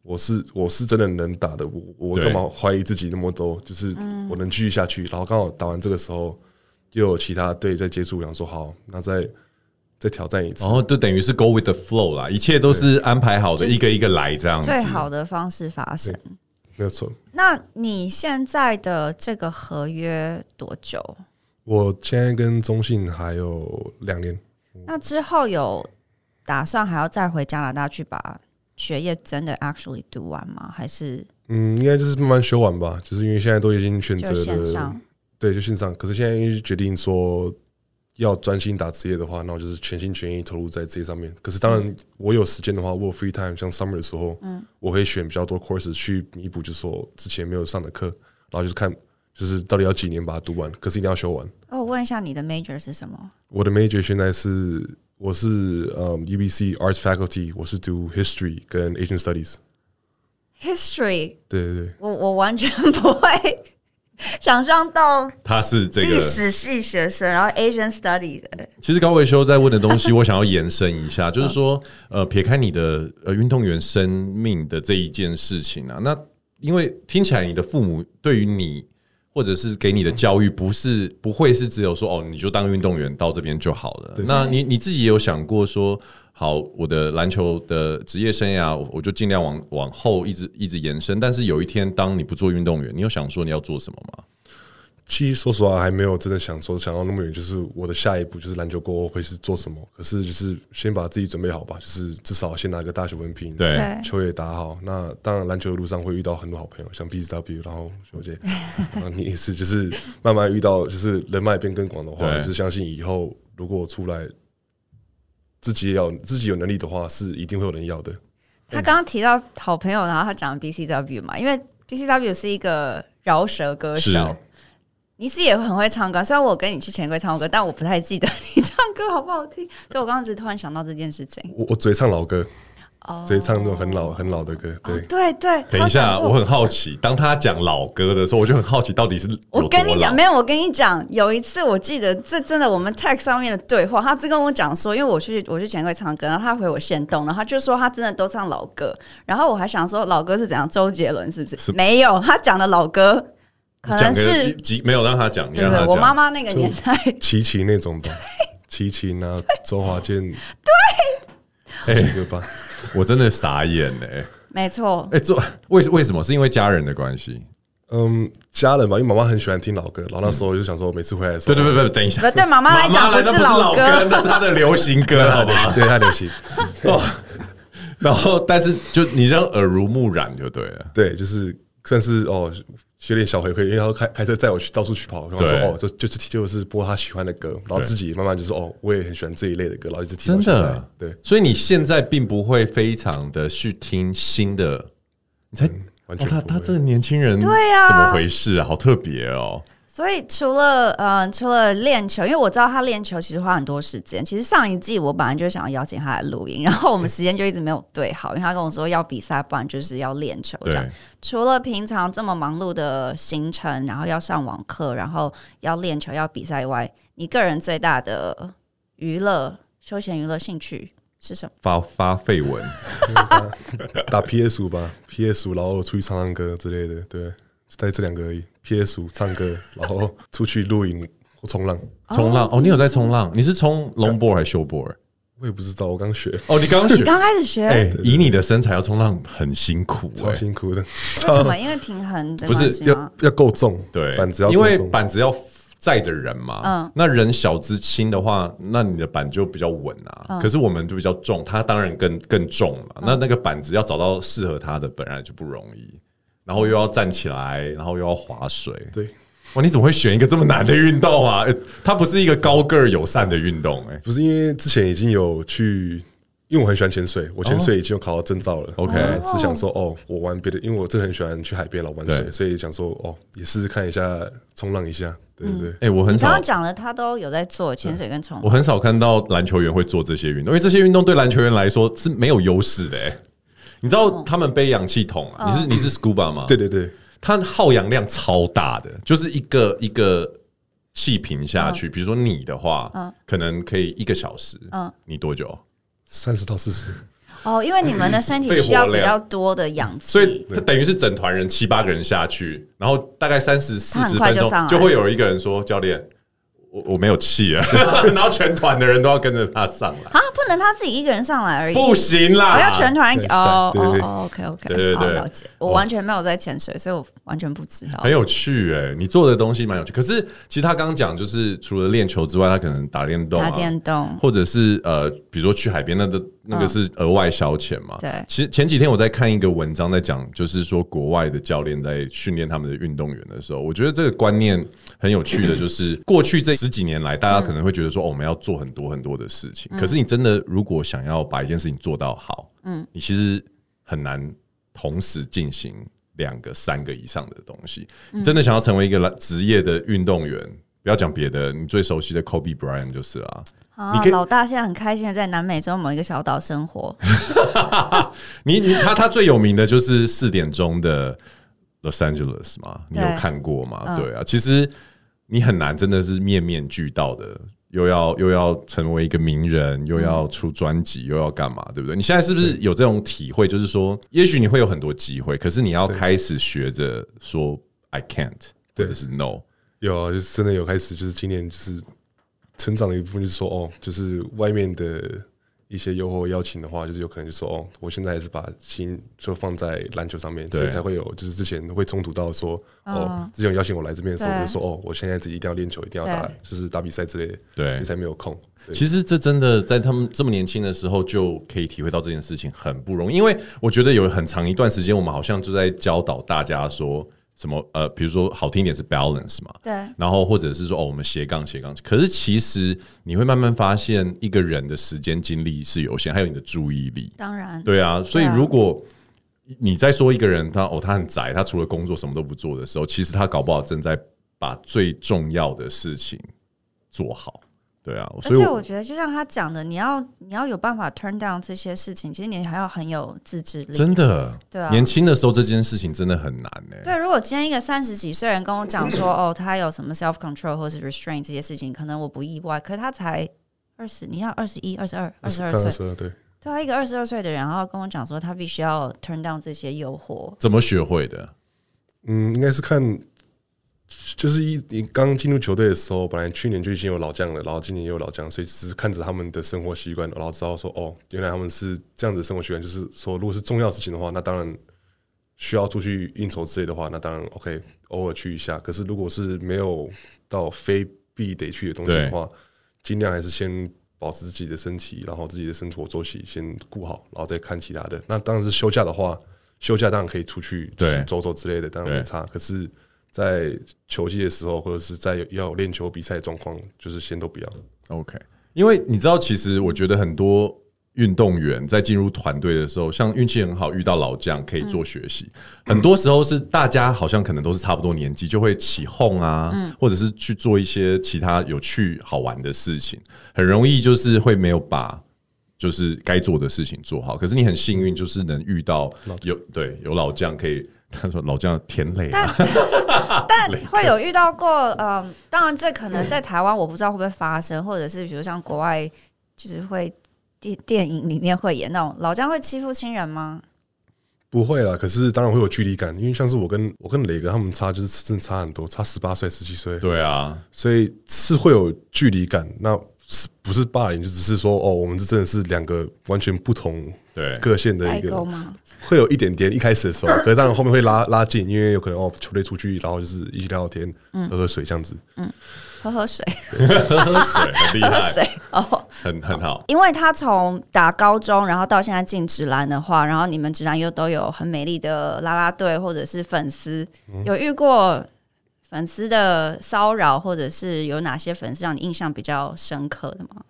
Speaker 2: 我是我是真的能打的，我我
Speaker 1: 对
Speaker 2: 干嘛怀疑自己那么多？就是我能继续下去。然后刚好打完这个时候，又有其他队在接触，想说好，那再再挑战一次。
Speaker 1: 然后就等于是 go with the flow 啦，一切都是安排好的，一个一个来这样子。
Speaker 5: 最好的方式发生。
Speaker 2: 没有错，
Speaker 5: 那你现在的这个合约多久？
Speaker 2: 我现在跟中信还有两年，
Speaker 1: 嗯
Speaker 5: 那之后有打算还要再回加拿大去把学业真的 actually 读完吗？还是
Speaker 2: 嗯，应该就是慢慢修完吧。就是因为现在都已经选择
Speaker 5: 就线
Speaker 2: 了，
Speaker 5: 上？
Speaker 2: 对，就线上。可是现在因为决定说要专心打职业的话，那我就是全心全意投入在职业上面。可是当
Speaker 5: 嗯
Speaker 2: 然，我有时间的话，我有 free time，像 summer 的时候，嗯，我会选比较多 courses 去弥补，就是说之前没有上的课，然后就是看就是到底要几年把它读完，可是一定要修完。
Speaker 5: 哦，我问一下你的 major 是什么？
Speaker 2: 我的 major 现在是我是呃、UBC Arts Faculty，我是读 History 跟 Asian Studies。
Speaker 5: History，
Speaker 2: 对对对，
Speaker 5: 我我完全不会
Speaker 6: 想象到
Speaker 1: 他是这
Speaker 6: 历
Speaker 1: 个。
Speaker 6: 史系学生，然后 Asian Study 的，
Speaker 1: 其实高维修在问的东西，我想要延伸一下， 就是说，呃，撇开你的呃运动员生命的这一件事情啊，那因为听起来你的父母对于你或者是给你的教育，不是不会是只有说哦，你就当运动员到这边就好了。那你你自己也有想过说，好，我的篮球的职业生涯，我我就尽量往往后一直一直延伸。但是有一天，当你不做运动员，你有想说你要做什么吗？
Speaker 2: 其实说实话，还没有真的想说想到那么远，就是我的下一步就是篮球过后会是做什么。可是就是先把自己准备好吧，就是至少先拿个大学文凭，
Speaker 1: 对
Speaker 3: 对
Speaker 2: 球也打好。那当然，篮球的路上会遇到很多好朋友，像 BZW，然后学姐，然后你也是，就是慢慢遇到，就是人脉变更广的话，
Speaker 1: 对
Speaker 2: 就是相信以后如果出来自己也要自己有能力的话，是一定会有人要的。
Speaker 3: 他刚刚提到好朋友，然后他讲 BCW 嘛，因为 BCW 是一个饶舌歌
Speaker 1: 是
Speaker 3: 手，你是也很会唱歌。虽然我跟你去钱柜唱过歌，但我不太记得 你唱歌好不好听，所以我刚刚只是突然想到这件事情。
Speaker 2: 我我嘴唱老歌，嘴唱那种很老很老的歌，对。
Speaker 3: 对对，
Speaker 1: 等一
Speaker 3: 他
Speaker 1: 下，
Speaker 3: 讲过
Speaker 1: 我很好奇，当他讲老歌的时候，我就很好奇到底是有
Speaker 3: 我跟你
Speaker 1: 多
Speaker 3: 讲，
Speaker 1: 老
Speaker 3: 没有，我跟你讲，有一次我记得这真的，我们 text 上面的对话，他只跟我讲说，因为我去我去钱柜唱歌，然后他回我现动，然后他就说他真的都唱老歌，然后我还想说老歌是怎样，周杰伦是不是？
Speaker 1: 是
Speaker 3: 没有，他讲的老歌可能
Speaker 1: 讲个
Speaker 3: 是
Speaker 1: 几没有让他讲，你
Speaker 3: 对
Speaker 1: 让
Speaker 3: 对
Speaker 1: 他，
Speaker 3: 我妈
Speaker 1: 讲。
Speaker 3: 妈那个年代，
Speaker 2: 齐秦那种吧，齐秦啊，周华健，对，这几个吧。
Speaker 1: 我真的傻眼哎、
Speaker 3: 没错，
Speaker 1: 哎、这为为什么？是因为家人的关系？
Speaker 2: 嗯，家人嘛，因为妈妈很喜欢听老歌，然后那时候我就想说，每次回来的时候，
Speaker 1: 对对对对，等一下
Speaker 3: 不，对妈妈来讲
Speaker 1: 那
Speaker 3: 不
Speaker 1: 不
Speaker 3: 是
Speaker 1: 是
Speaker 3: 老
Speaker 1: 老
Speaker 3: 歌
Speaker 1: 那是他的流行 歌，好吧？
Speaker 2: 对，太流行。
Speaker 1: 哦 然后，但是就你让耳濡目染就对了。
Speaker 2: 对，就是算是哦，有点小回馈，因为他开开车载我去到处去跑，然后说
Speaker 1: 对
Speaker 2: 哦，就就是就是播他喜欢的歌，然后自己慢慢就是哦，我也很喜欢这一类的歌，然后一直听
Speaker 1: 真
Speaker 2: 到现在
Speaker 1: 的。
Speaker 2: 对，
Speaker 1: 所以你现在并不会非常的去听新的，你才、哦
Speaker 2: 完全、
Speaker 1: 他
Speaker 2: 不
Speaker 1: 他
Speaker 2: 会
Speaker 1: 这个年轻人
Speaker 3: 对啊
Speaker 1: 怎么回事啊？好特别哦。
Speaker 3: 所以除了嗯、呃除了练球，因为我知道他练球其实花很多时间。其实上一季我本来就想要邀请他来录音，然后我们时间就一直没有对好，因为他跟我说要比赛，不然就是要练球这样
Speaker 1: 对。，
Speaker 3: 除了平常这么忙碌的行程，然后要上网课，然后要练球、要比赛以外，你个人最大的娱乐、休闲娱乐兴趣是什么？
Speaker 1: 发发绯闻。
Speaker 2: 打 PS 五吧，PS 五，然后出去唱唱歌之类的，对，就带这两个而已，PS 五唱歌， 然后出去露营或冲浪。
Speaker 1: 冲浪哦，你有在冲浪？你是冲 longboard 还是 shortboard？
Speaker 2: 我也不知道，我刚学，
Speaker 1: 哦，你刚学
Speaker 3: 你刚开始学、
Speaker 1: 哎、以你的身材要冲浪很辛苦哎、
Speaker 2: 超辛苦的，
Speaker 3: 为什么？因为平衡的
Speaker 1: 呃不是
Speaker 3: 关系吗
Speaker 2: 要？要够重，
Speaker 1: 对，
Speaker 2: 板子要
Speaker 1: 因
Speaker 2: 够
Speaker 1: 为
Speaker 2: 重，
Speaker 1: 板子要载着人嘛，
Speaker 3: 嗯
Speaker 1: 那人小只轻的话，那你的板就比较稳啊。
Speaker 3: 嗯
Speaker 1: 可是我们就比较重，它当然更更重嘛。那那个板子要找到适合它的，本来就不容易，然后又要站起来，然后又要划水。
Speaker 2: 对，
Speaker 1: 哇，你怎么会选一个这么难的运动啊？呃它不是一个高个儿友善的运动哎、
Speaker 2: 不是因为之前已经有去，因为我很喜欢潜水，我潜水已经有考到证照了。
Speaker 1: OK
Speaker 2: 然后只想说哦，我玩别的，因为我真的很喜欢去海边老玩
Speaker 1: 对
Speaker 2: 水，所以想说哦，也试试看一下冲浪一下，对对对。
Speaker 1: 哎、我很
Speaker 3: 你刚
Speaker 1: 少
Speaker 3: 刚讲的他都有在做潜水跟冲
Speaker 1: 我很少看到篮球员会做这些运动，因为这些运动对篮球员来说是没有优势的、欸。你知
Speaker 3: 哦
Speaker 1: 道他们背氧气筒啊？你是你是 scuba 吗？
Speaker 2: 对，对对，
Speaker 1: 它耗氧量超大的，就是一个一个气瓶
Speaker 3: 嗯
Speaker 1: 下去。比如说你的话，可能可以一个小时。
Speaker 3: 嗯
Speaker 1: 你多久？
Speaker 2: 三十到四十，
Speaker 3: 哦，因为你们的 身体
Speaker 1: 肺活
Speaker 3: 需要比
Speaker 1: 量
Speaker 3: 较多的氧气，
Speaker 1: 所以它等于是整团人七八个人下去，然后大概三十四
Speaker 3: 他很
Speaker 1: 十
Speaker 3: 快
Speaker 1: 分
Speaker 3: 就上来
Speaker 1: 钟，就会有一个人说：“教练，我我没有气 了。”然后全团的人都要跟着他上来，
Speaker 3: 啊，不能他自己一个人上来而已。
Speaker 1: 不行啦！
Speaker 3: 我要全团一起
Speaker 2: 对
Speaker 3: 哦
Speaker 2: 对对
Speaker 3: 哦
Speaker 2: 对
Speaker 3: 哦，OK OK，
Speaker 1: 对对
Speaker 3: 好
Speaker 1: 对
Speaker 3: 了解。我完全没有在潜水，所以我完全不知道
Speaker 1: 很。有趣哎、你做的东西蛮有趣。可是其实他刚刚讲，就是除了练球之外，他可能打电动、啊，
Speaker 3: 打电动嗯
Speaker 1: 或者是呃，比如说去海边，那个那个是额外消遣嘛。
Speaker 3: 对
Speaker 1: 其实前几天我在看一个文章，在讲就是说国外的教练在训练他们的运动员的时候，我觉得这个观念很有趣的，就是过去这十几年来，大家可能会觉得说，哦，我们要做很多很多的事情。可是你真的如果想要把一件事情做到好，嗯，你其实很难同时进行两个、三个以上的东西。你真的想要成为一个篮职业的运动员，不要讲别的，你最熟悉的 Kobe Bryant 就是啊。
Speaker 3: 啊
Speaker 1: 你可，以
Speaker 3: 老大现在很开心的在南美洲某一个小岛 生活，
Speaker 1: 你你他他最有名的就是四点钟的 Los Angeles 吗？你有
Speaker 3: 对
Speaker 1: 看过吗？
Speaker 3: 嗯
Speaker 1: 对啊，其实你很难真的是面面俱到的，又要又要成为一个名人，又要出专辑，又要干嘛，对不对？你现在是不是有这种体会？就是说，也许你会有很多机会，可是你要开始学着说 I can't，或
Speaker 2: 对
Speaker 1: 者是 No。
Speaker 2: 有啊，就是真的有开始，就是今年就是成长的一部分，就是说哦，就是外面的一些诱惑邀请的话，就是有可能就说哦，我现在还是把心就放在篮球上面，
Speaker 1: 对
Speaker 2: 所以才会有就是之前会冲突到说哦，之前有邀请我来这边的时候，
Speaker 3: 嗯对
Speaker 2: 我就说哦，我现在自己一定要练球，一定要打
Speaker 3: 对，
Speaker 2: 就是打比赛之类的，
Speaker 1: 对
Speaker 2: 所以才没有空。对
Speaker 1: 其实这真的在他们这么年轻的时候就可以体会到这件事情很不容易，因为我觉得有很长一段时间，我们好像就在教导大家说什么呃，比如说好听一点是 balance 嘛，
Speaker 3: 对
Speaker 1: 然后或者是说哦，我们斜杠斜杠，可是其实你会慢慢发现，一个人的时间精力是有限，还有你的注意力，
Speaker 3: 当然，
Speaker 1: 对啊，所以
Speaker 3: 对啊
Speaker 1: 如果你在说一个人他哦他很宅，他除了工作什么都不做的时候，其实他搞不好正在把最重要的事情做好。对啊，
Speaker 3: 而
Speaker 1: 所以
Speaker 3: 且我觉得就像他讲的，你要你要有办法 turn down 这些事情，其实你还要很有自制力，
Speaker 1: 真的，
Speaker 3: 对啊。
Speaker 1: 年轻的时候这件事情真的很难欸呢、
Speaker 3: 对，如果今天一个三十几岁人跟我讲说，
Speaker 1: 嗯
Speaker 3: 哦，他有什么 self control 或是 restraint 这些事情，可能我不意外，可是他才二十，你要二十一、二十二、二十二岁，
Speaker 2: 十二对，
Speaker 3: 对啊，一个二十二岁的人，然后跟我讲说他必须要 turn down 这些诱惑，
Speaker 1: 怎么学会的？
Speaker 2: 嗯，应该是看，就是一你刚进入球队的时候，本来去年就已经有老将了，然后今年也有老将，所以只是看着他们的生活习惯，然后知道说哦，原来他们是这样子的生活习惯，就是说如果是重要的事情的话，那当然需要出去应酬之类的话，那当然 OK，偶尔去一下。可是如果是没有到非必得去的东西的话，尽量还是先。保持自己的身体，然后自己的生活作息先顾好，然后再看其他的。那当然是休假的话，休假当然可以出去
Speaker 1: 对
Speaker 2: 就是走走之类的，当然没
Speaker 1: 对
Speaker 2: 差。可是，在球季的时候，或者是在要练球比赛的状况，就是先都不要。
Speaker 1: OK，因为你知道，其实我觉得很多运动员在进入团队的时候，像运气很好遇到老将可以做学习，
Speaker 3: 嗯
Speaker 1: 很多时候是大家好像可能都是差不多年纪，就会起哄啊，
Speaker 3: 嗯
Speaker 1: 或者是去做一些其他有趣好玩的事情，很容易就是会没有把。就是该做的事情做好，可是你很幸运，就是能遇到有对有老将可以，他说老将田磊啊，
Speaker 3: 但会有遇到过，嗯，当然这可能在台湾我不知道会不会发生，或者是比如像国外就是会电电影里面会演那种老将会欺负新人吗？
Speaker 2: 不会啦，可是当然会有距离感，因为像是我跟我跟磊哥他们差，就是真的差很多，差十八岁、十七岁，
Speaker 1: 对啊，
Speaker 2: 所以是会有距离感。那是不是霸凌，就只是说哦，我们这真的是两个完全不同
Speaker 1: 对
Speaker 2: 个线的
Speaker 3: 代
Speaker 2: 一个
Speaker 3: 沟吗？
Speaker 2: 会有一点点一开始的时候，可是当然后面会拉拉近，因为有可能哦，球队出去，然后就是一起聊聊天，喝喝水这样子。
Speaker 3: 喝喝水，
Speaker 1: 喝水很厉
Speaker 3: 喝
Speaker 1: 害，
Speaker 3: 水哦。
Speaker 1: 很很好，
Speaker 3: 因为他从打高中，然后到现在进直男的话，然后你们直男又都有很美丽的啦啦队或者是粉丝，有遇过粉丝的骚扰，或者是有哪些粉丝让你印象比较深刻的吗？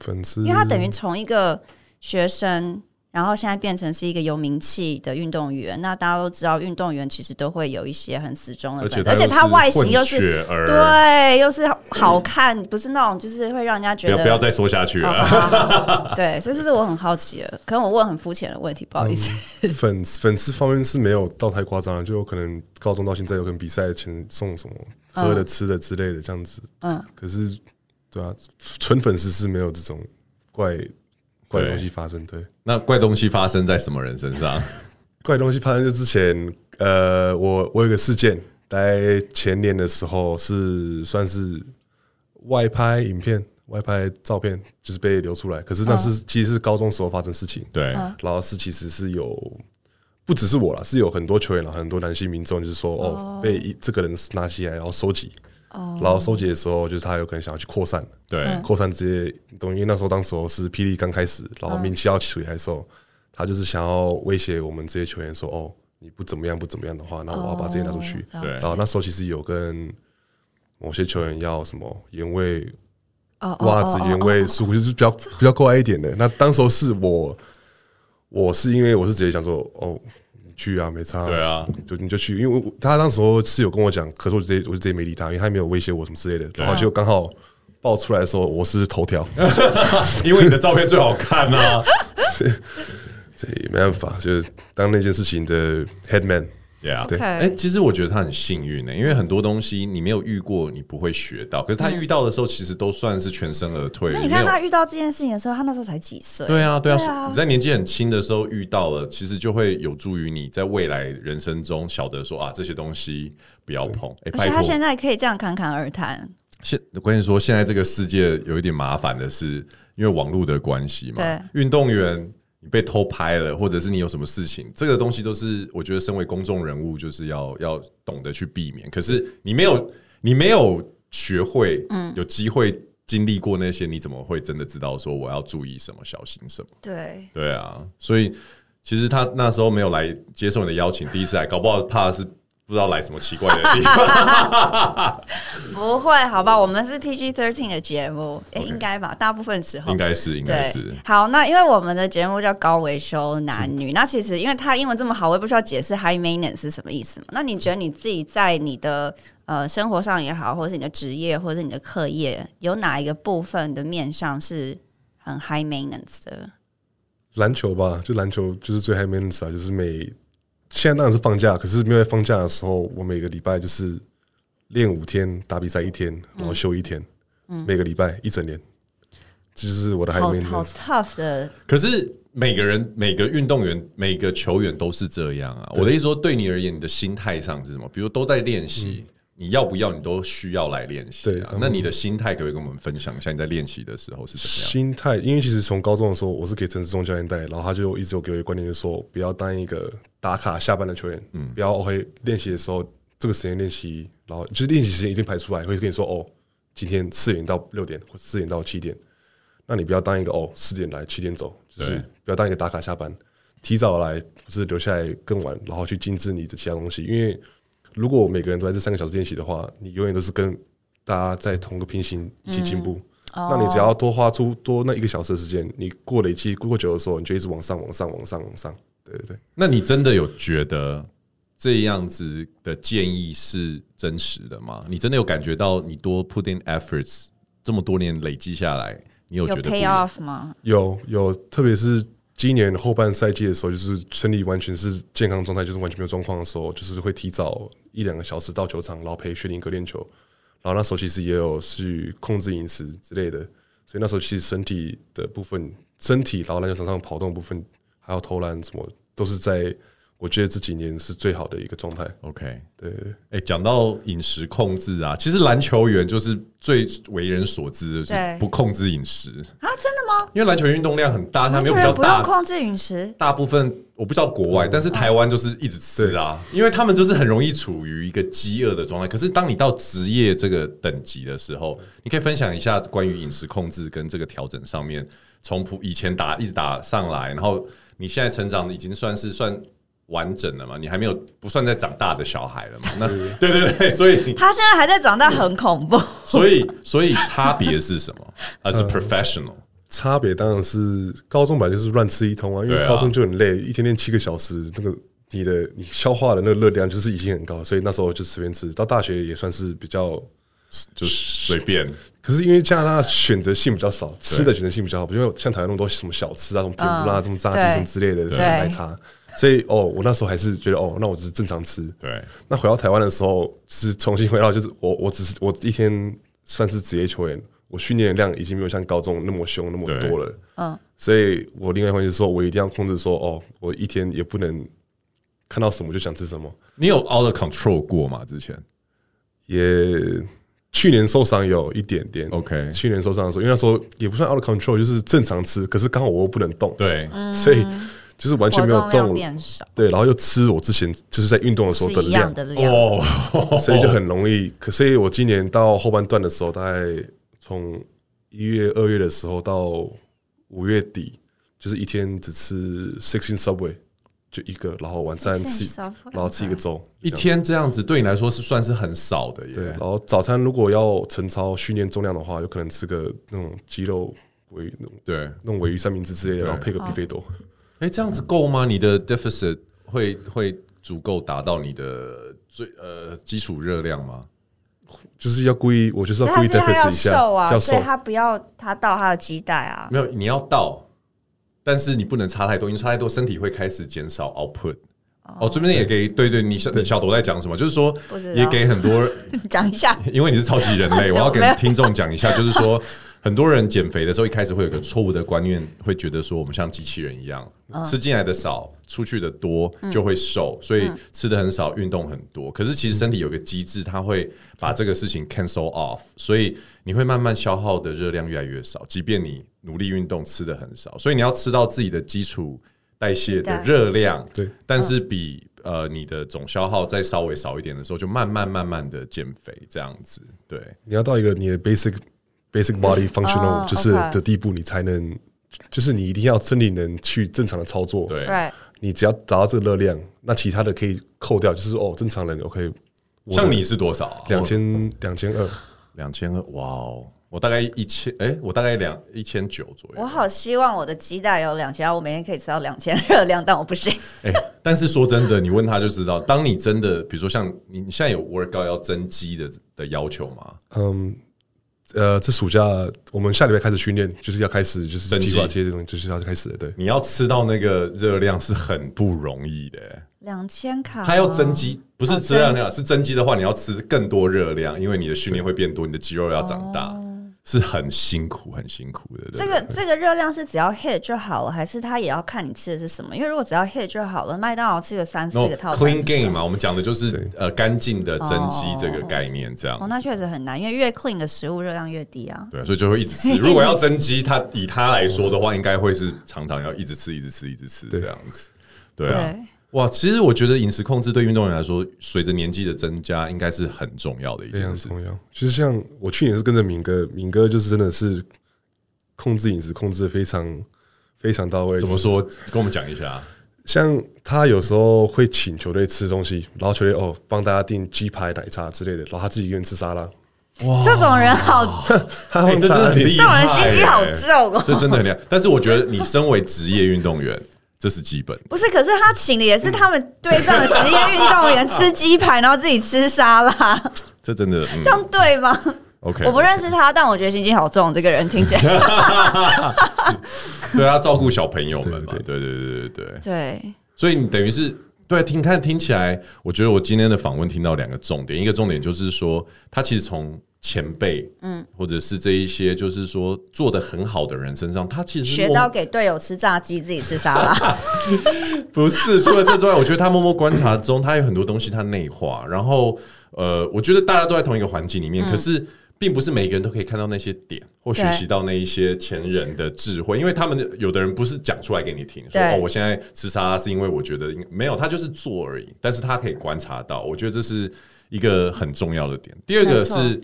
Speaker 2: 粉丝，
Speaker 3: 因为他等
Speaker 1: 嗯
Speaker 3: 于从一个学生，然后现在变成是一个有名气的运动员。那大家都知道，运动员其实都会有一些很死忠的粉丝，而且他外形又是。
Speaker 1: 雪儿，
Speaker 3: 对，又是好看，不是那种就是会让人家觉
Speaker 1: 嗯不要
Speaker 3: 得
Speaker 1: 不 要再说下去
Speaker 3: 哦
Speaker 5: 啊
Speaker 1: 了。
Speaker 3: 好好好好 对，所以这是我很好奇的，可能我问很肤浅的问题，不好意思。
Speaker 1: 嗯
Speaker 2: 粉粉丝方面是没有到太夸张，就有可能高中到现在有可能比赛前送什么喝的、吃的之类的这样子。
Speaker 3: 嗯
Speaker 2: 嗯，可是对啊，纯粉丝是没有这种怪怪东西发生。对，
Speaker 1: 那怪东西发生在什么人身上？
Speaker 2: 怪东西发生就之前，呃，我我有个事件，在前年的时候是算是外拍影片、外拍照片，就是被流出来。可是那是、其实是高中时候发生事情。
Speaker 1: 对，
Speaker 5: 嗯
Speaker 2: 然后是其实是有不只是我啦，是有很多球员啦，很多男性民众就是说哦，被一这个人拿起来然后收集，然后收集的时候就是他有可能想要去扩散，
Speaker 1: 对
Speaker 5: 嗯
Speaker 2: 扩散这些东西。因为那时候当时候是霹雳刚开始，然后名气要起来的时候，他就是想要威胁我们这些球员说哦，你不怎么样不怎么样的话，那我要把这些拿出去。
Speaker 1: 对
Speaker 2: 然后那时候其实有跟某些球员要什么原味
Speaker 3: 哦
Speaker 2: 袜子、原味束就是比较比较过来一点的。那当时候是我，我是因为我是直接想说，哦，你去啊，没差、
Speaker 1: 对，啊，
Speaker 2: 就你就去，因为我他当时候是有跟我讲，可是我直接我就直接没理他，因为他也没有威胁我什么之类的。
Speaker 1: 啊
Speaker 2: 然后就刚好爆出来的时候，我是 头条，
Speaker 1: 因为你的照片最好看 啊。
Speaker 2: 这也没办法，就是当那件事情的 headman。
Speaker 1: Yeah，
Speaker 2: 对
Speaker 1: 哎、其实我觉得他很幸运呢、欸因为很多东西你没有遇过，你不会学到。可是他遇到的时候，其实都算是全身而退。
Speaker 5: 那你
Speaker 1: 没
Speaker 5: 看
Speaker 1: 有
Speaker 5: 他遇到这件事情的时候，他那时候才几岁？
Speaker 1: 对啊，对啊，
Speaker 5: 对啊
Speaker 1: 你在年纪很轻的时候遇到了，其实就会有助于你在未来人生中晓得说啊，这些东西不要碰。哎、
Speaker 5: 而且
Speaker 1: 拜
Speaker 5: 他
Speaker 1: 托，
Speaker 5: 现在可以这样侃侃而谈，
Speaker 1: 现我跟你说，现在这个世界有一点麻烦的是，因为网络的关系嘛，运动员你被偷拍了，或者是你有什么事情，这个东西都是我觉得身为公众人物就是要要懂得去避免。可是你没有，你没有学会，嗯，有机会经历过那些，你怎么会真的知道说我要注意什么，小心什么？
Speaker 5: 对，
Speaker 1: 对啊，所以其实他那时候没有来接受你的邀请，第一次来，搞不好怕是不知道来什么奇怪的地方。
Speaker 5: 不会，好吧，我们是 PG thirteen 的节目，诶
Speaker 1: OK
Speaker 5: 应该吧，大部分时候
Speaker 1: 应。该是，应该
Speaker 5: 对
Speaker 1: 是，，
Speaker 5: 好，那因为我们的节目叫高维修男女，那其实因为他英文这么好，我也不需要解释 high maintenance 是什么意思嘛。那你觉得你自己在你的呃生活上也好，或者是你的职业，或者是你的课业，有哪一个部分的面向是很 high maintenance 的？
Speaker 2: 篮球吧，就篮球就是最 high maintenance 啊，就是每现在当然是放假，可是没有在放假的时候，我每个礼拜就是练五天，打比赛一天，然后休一天，每个礼拜一整年，这就是我的 high
Speaker 5: 好
Speaker 2: maintenance
Speaker 5: 好。tough 的，
Speaker 1: 可是每个人、每个运动员、每个球员都是这样啊。我的意思说，对你而言，你的心态上是什么？比如都在练习，你要不要？你都需要来练习
Speaker 2: 对
Speaker 1: 啊。
Speaker 2: 嗯
Speaker 1: 那你的心态可不可以跟我们分享一下？你在练习的时候是怎么样？
Speaker 2: 心态，因为其实从高中的时候，我是给陈志忠教练带，然后他就一直有给我一个观念，就是说不要当一个打卡下班的球员，嗯，不要 OK 练习的时候这个时间练习，然后就是练习时间一定排出来，会跟你说哦，今天四点到六点或者四点到七点，那你不要当一个哦四点来七点走，就是
Speaker 1: 对
Speaker 2: 不要当一个打卡下班，提早来或是留下来更晚，然后去精致你的其他东西，因为如果每个人都在这三个小时练习的话，你永远都是跟大家在同个平行一起进步。那你只要多花出多那一个小时的时间，你过累积过久的时候，你就一直往上、往上、往上、往上。对对对，
Speaker 1: 那你真的有觉得这样子的建议是真实的吗？你真的有感觉到你多 put in efforts 这么多年累积下来，你有
Speaker 5: 有
Speaker 1: 觉得不一
Speaker 5: pay
Speaker 1: 样
Speaker 5: off 吗？
Speaker 2: 有有，特别是今年后半赛季的时候，就是身体完全是健康状态，就是完全没有状况的时候，就是会提早一两个小时到球场，然后陪薛定谔练球。然后那时候其实也有去控制饮食之类的，所以那时候其实身体的部分，身体然后篮球场上跑动的部分，还有投篮什么，都是在我觉得这几年是最好的一个状态。
Speaker 1: ？OK，
Speaker 2: 对对对。
Speaker 1: 哎、讲到饮食控制啊，其实篮球员就是最为人所知的就是
Speaker 5: 对
Speaker 1: 不控制饮食，
Speaker 5: 啊，真的吗？
Speaker 1: 因为篮球运动量很大，他
Speaker 5: 完
Speaker 1: 们又比
Speaker 5: 全
Speaker 1: 较
Speaker 5: 不用
Speaker 1: 大，
Speaker 5: 控制饮食，
Speaker 1: 大部分我不知道国外，但是台湾就是一直吃啊，因为他们就是很容易处于一个饥饿的状态。可是当你到职业这个等级的时候，你可以分享一下关于饮食控制跟这个调整上面，从普以前打一直打上来，然后你现在成长已经算是算。完整了嘛？你还没有不算在长大的小孩了嘛？那对对对，所以你
Speaker 5: 他现在还在长大，很恐怖。
Speaker 1: 所以，所以差别是什么？as a professional，
Speaker 2: 差别当然是高中本来就是乱吃一通啊，因
Speaker 1: 对
Speaker 2: 为
Speaker 1: 啊
Speaker 2: 高中就很累，一天练七个小时，那个你的你消化的那个热量就是已经很高，所以那时候就随便吃。到大学也算是比较，
Speaker 1: 就是随便。
Speaker 2: 可是因为加拿大选择性比较少，吃的选择性比较好，因为像台湾那么多什么小吃啊，什么甜不辣、什么炸鸡、
Speaker 5: 对
Speaker 2: 什么之类的，什么奶茶，所以哦，我那时候还是觉得哦，那我只是正常吃。
Speaker 1: 对，
Speaker 2: 那回到台湾的时候，是重新回到就是我，我只是我一天算是职业球员，我训练的量已经没有像高中那么凶那么多了。嗯，所以我另外一方面就是说我一定要控制说，哦，我一天也不能看到什么就想吃什么。
Speaker 1: 你有 out of control 过吗？之前
Speaker 2: 也去年受伤有一点点
Speaker 1: OK
Speaker 2: 去年受伤的时候，因为那时候也不算 out of control，就是正常吃，可是刚好我又不能动，
Speaker 1: 对，
Speaker 2: 所以就是完全
Speaker 5: 嗯活
Speaker 2: 没有
Speaker 5: 动量
Speaker 2: 动。
Speaker 5: 变少，
Speaker 2: 对，然后又吃我之前就是在运动的时候
Speaker 5: 是
Speaker 2: 的
Speaker 5: 一样
Speaker 2: 量，
Speaker 5: 的量。
Speaker 1: 哦，
Speaker 2: 所以就很容易。可所以我今年到后半段的时候，大概从一月、二月的时候到五月底，就是一天只吃 sixteen subway 就一个，然后晚餐
Speaker 5: 16
Speaker 2: 吃
Speaker 5: Subway，，嗯
Speaker 2: 然后吃一个粥，
Speaker 1: 一天这样子对你来说是算是很少的耶。
Speaker 2: 对。然后早餐如果要晨操训练重量的话，有可能吃个那种鸡肉尾那种
Speaker 1: 对，
Speaker 2: 那种尾鱼三明治之类的，
Speaker 1: 对
Speaker 2: 然后配个比菲多。
Speaker 1: 哎，这样子够吗？你的 deficit 会会足够达到你的最呃基础热量吗？
Speaker 2: 就是要故意，我就是
Speaker 5: 所以
Speaker 2: 要故意
Speaker 5: 他现在
Speaker 2: deficit
Speaker 5: 要
Speaker 2: 一下，
Speaker 5: 瘦啊，
Speaker 2: 要
Speaker 5: 所以
Speaker 2: 瘦。
Speaker 5: 他不要他到他的基带啊。
Speaker 1: 没有，你要到，但是你不能差太多，因为差太多身体会开始减少 output。哦，这边也给对对，你晓你晓得我在讲什么，就是说
Speaker 3: 不知道
Speaker 1: 也给很多，
Speaker 3: 讲一下，
Speaker 1: 因为你是超级人类，我要跟听众讲一下，就是说很多人减肥的时候一开始会有一个错误的观念，会觉得说我们像机器人一样，吃进来的少，出去的多就会瘦，所以吃的很少，运动很多。可是其实身体有个机制，它会把这个事情 cancel off，所以你会慢慢消耗的热量越来越少，即便你努力运动吃的很少，所以你要吃到自己的基础。代谢的热量，
Speaker 2: 对，
Speaker 1: 但是比、呃你的总消耗再稍微少一点的时候，就慢慢慢慢的减肥这样子，对，
Speaker 2: 你要到一个你的 basic basic body functional、
Speaker 3: 哦
Speaker 2: 就是
Speaker 3: OK
Speaker 2: 的地步，你才能，就是你一定要身体能去正常的操作。
Speaker 1: 对
Speaker 3: 对，
Speaker 2: 你只要达到这个热量，那其他的可以扣掉，就是哦，正常人 OK。
Speaker 1: 像你是多少、啊？
Speaker 2: 两千两千二，
Speaker 1: 两千二，哇哦！我大概一千，哎、我大概两一千九左右。
Speaker 3: 我好希望我的鸡蛋有两千，我每天可以吃到两千热量，但我不行。
Speaker 1: 哎、但是说真的，你问他就知道，当你真的，比如说像你，你现在有 workout 要增肌的的要求吗？
Speaker 2: 嗯，呃，这暑假我们下礼拜开始训练，就是要开始就是
Speaker 1: 增肌
Speaker 2: 计划这些东西，就是要开始了。对，
Speaker 1: 你要吃到那个热量是很不容易的、哎
Speaker 3: 两千卡，
Speaker 1: 它要增肌，不是
Speaker 3: 哦
Speaker 1: 热量量，是增肌的话，你要吃更多热量，因为你的训练会变多，你的肌肉要长大，是很辛苦、很辛苦的。对不
Speaker 3: 哦这
Speaker 1: 对
Speaker 3: 个这个热量是只要 hit 就好了，还是它也要看你吃的是什么？因为如果只要 hit 就好了，麦当劳吃个三四个
Speaker 1: no
Speaker 3: 套餐
Speaker 1: clean
Speaker 3: 就
Speaker 1: game 啊
Speaker 3: 好
Speaker 1: 嘛，我们讲的就是呃干净的增肌
Speaker 3: 哦
Speaker 1: 这个概念，这样
Speaker 3: 哦，那确实很难，因为越 clean 的食物热量越低 啊。
Speaker 1: 对，所以就会 一直吃。如果要增肌，它以它来说的话，应该会是常常要一直吃、一直吃、一直吃这样子。对啊，
Speaker 3: 对
Speaker 1: 哇，其实我觉得饮食控制对运动员来说，随着年纪的增加，应该是很重要的一
Speaker 2: 非
Speaker 1: 件
Speaker 2: 常
Speaker 1: 事。
Speaker 2: 重要。就是像我去年是跟着敏哥，敏哥就是真的是控制饮食控制的非常非常到位。
Speaker 1: 怎么？说？跟我们讲一下。啊
Speaker 2: 像他有时候会请球队吃东西，然后球队哦帮大家订鸡排、奶茶之类的，然后他自己一个人吃沙拉。
Speaker 3: 这种人好，
Speaker 2: 他
Speaker 1: 哎，这真的很厉
Speaker 3: 这种
Speaker 1: 害、
Speaker 3: 人心机好
Speaker 1: 哎
Speaker 3: 重哦。
Speaker 1: 这真的很厉害。但是我觉得你身为职业运动员，这是基本。
Speaker 3: 不是，可是他请的也是他们队上的职业运动员吃鸡排，然后自己吃沙拉，
Speaker 1: 这真的，嗯
Speaker 3: 这样对吗？
Speaker 1: ，OK，
Speaker 3: 我不认识他，但我觉得心机好重。这个人听 起来，
Speaker 1: 对啊，照顾小朋友们嘛，对对
Speaker 2: 对
Speaker 1: 对对对对，
Speaker 3: 对
Speaker 1: 所以你等于是对啊听看听起来，我觉得我今天的访问听到两个重点，一个重点就是说，他其实从前辈，嗯，或者是这一些就是说做的很好的人身上，他其实是
Speaker 3: 学
Speaker 1: 默
Speaker 3: 到给队友吃炸鸡，自己吃沙 拉。
Speaker 1: 不是，除了这之外，我觉得他默默观察中，他有很多东西他内化。然后，呃，我觉得大家都在同一个环境里面，
Speaker 3: 嗯
Speaker 1: 可是并不是每一个人都可以看到那些点，或学习到那一些前人的智慧，因为他们有的人不是讲出来给你听，说
Speaker 3: 对
Speaker 1: 哦，我现在吃沙拉是因为我觉得应没有，他就是做而已，但是他可以观察到，我觉得这是一个很重要的点。第二
Speaker 3: 没
Speaker 1: 个
Speaker 3: 错
Speaker 1: 是。